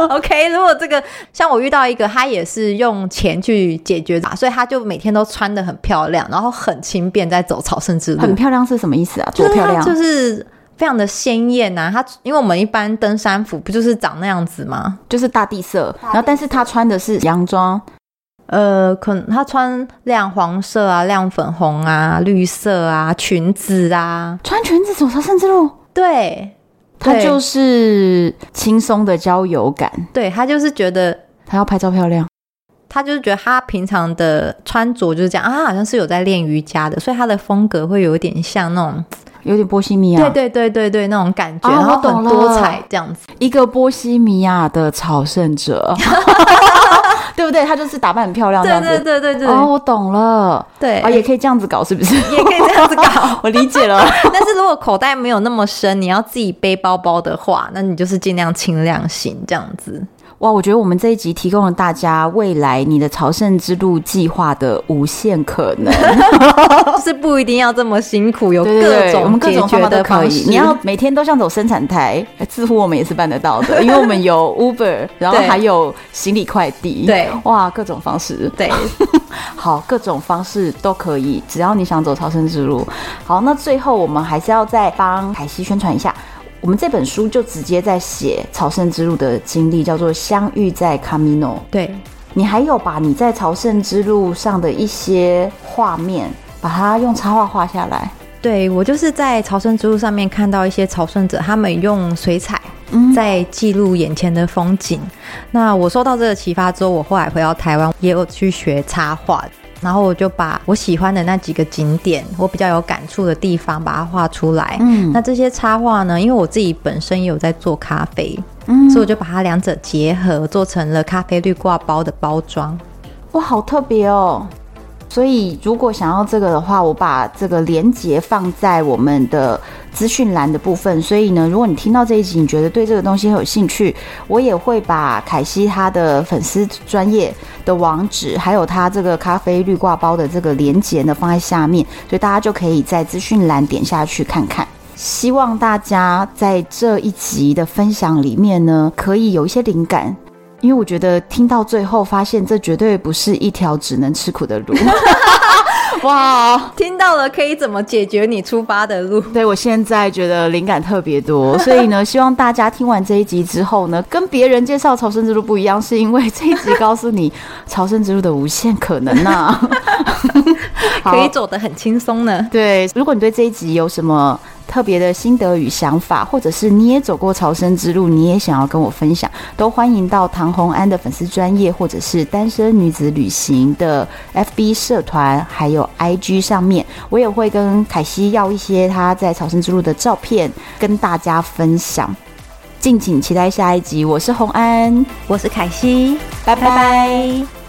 好？
(laughs) OK，如果这个像我遇到一个，他也是用钱去解决的，所以他就每天都穿的很漂亮，然后很轻便在走朝圣之路，
(laughs) 很漂亮是什么意思啊？
就
多
是
漂
他
亮？
就是非常的鲜艳呐、啊。他因为我们一般登山服不就是长那样子吗？
就是大地色，然后但是他穿的是洋装，
呃，可能他穿亮黄色啊、亮粉红啊、绿色啊、裙子啊，
穿裙子走朝圣之路，
对
他
对
就是轻松的郊游感，
对，他就是觉得
他要拍照漂亮。
他就是觉得他平常的穿着就是这样啊，他好像是有在练瑜伽的，所以他的风格会有一点像那种，
有点波西米亚，
对对对对对，那种感觉，
哦
然后
我懂
很多
了
彩这样子。
一个波西米亚的朝圣
(laughs)
者，对不对？他就是打扮很漂亮这
对
样子。
对对对对，
哦，我懂了，
对，
啊，也可以这样子搞，是不是？
也可以这样子搞。
(laughs) 我理解了。
(laughs) 但是如果口袋没有那么深，你要自己背包包的话，那你就是尽量轻量型这样
(laughs)
子。
哇，我觉得我们这一集提供了大家未来你的朝圣之路计划的无限可
(laughs)
能，
就是不一定要这么辛苦，有
对对
各
对，我
种
们各
解
种方
决
法都
的
可
方式。
以。你要每天都像走生产台，哎似乎我们也是办得到
(laughs)
的，因为我们有 Uber，然后
对
还有行李快递。
对
哇，各种方式。
对，
好，各种方式都可以，只要你想走朝圣之路。好，那最后我们还是要再帮凯西宣传一下，我们这本书就直接在写朝圣之路的经历，叫做《相遇在 Camino》。 (laughs)
对，
你还有把你在朝圣之路上的一些画面，把它用插画画下来。
对我就是在朝圣之路上面看到一些朝圣者，他们用水彩
嗯
在记录眼前的风景。那我受到这个启发之后，我后来回到台湾也有去学插画，然后我就把我喜欢的那几个景点，我比较有感触的地方，把它画出来。
嗯
那这些插画呢，因为我自己本身也有在做咖啡，
嗯
所以我就把它两者结合，做成了咖啡绿挂包的包装。
哇，好特别哦！所以如果想要这个的话，我把这个连接放在我们的资讯栏的部分。所以呢，如果你听到这一集，你觉得对这个东西很有兴趣，我也会把凯西她的粉丝专业的网址，还有她这个咖啡绿挂包的这个连接呢放在下面，所以大家就可以在资讯栏点下去看看。希望大家在这一集的分享里面呢，可以有一些灵感，因为我觉得听到最后，发现这绝对不是一条只能吃苦的
(laughs)
路。哇！
听到了，可以怎么解决你出发的路？
(laughs) 对我现在觉得灵感特别
(laughs)
多，所以呢，希望大家听完这一集之后呢，跟别人介绍朝圣之路不一样，是因为这一集告诉你朝圣之路的无限可能啊呐、 (laughs) 好
(laughs) 可以走得很轻松呢。
对，如果你对这一集有什么特别的心得与想法，或者是你也走过朝圣之路，你也想要跟我分享，都欢迎到唐红安的粉丝专业，或者是单身女子旅行的 FB 社团，还有 IG 上面，我也会跟凯西要一些她在朝圣之路的照片，跟大家分享。敬请期待下一集，我是红安，
我是凯西，
拜拜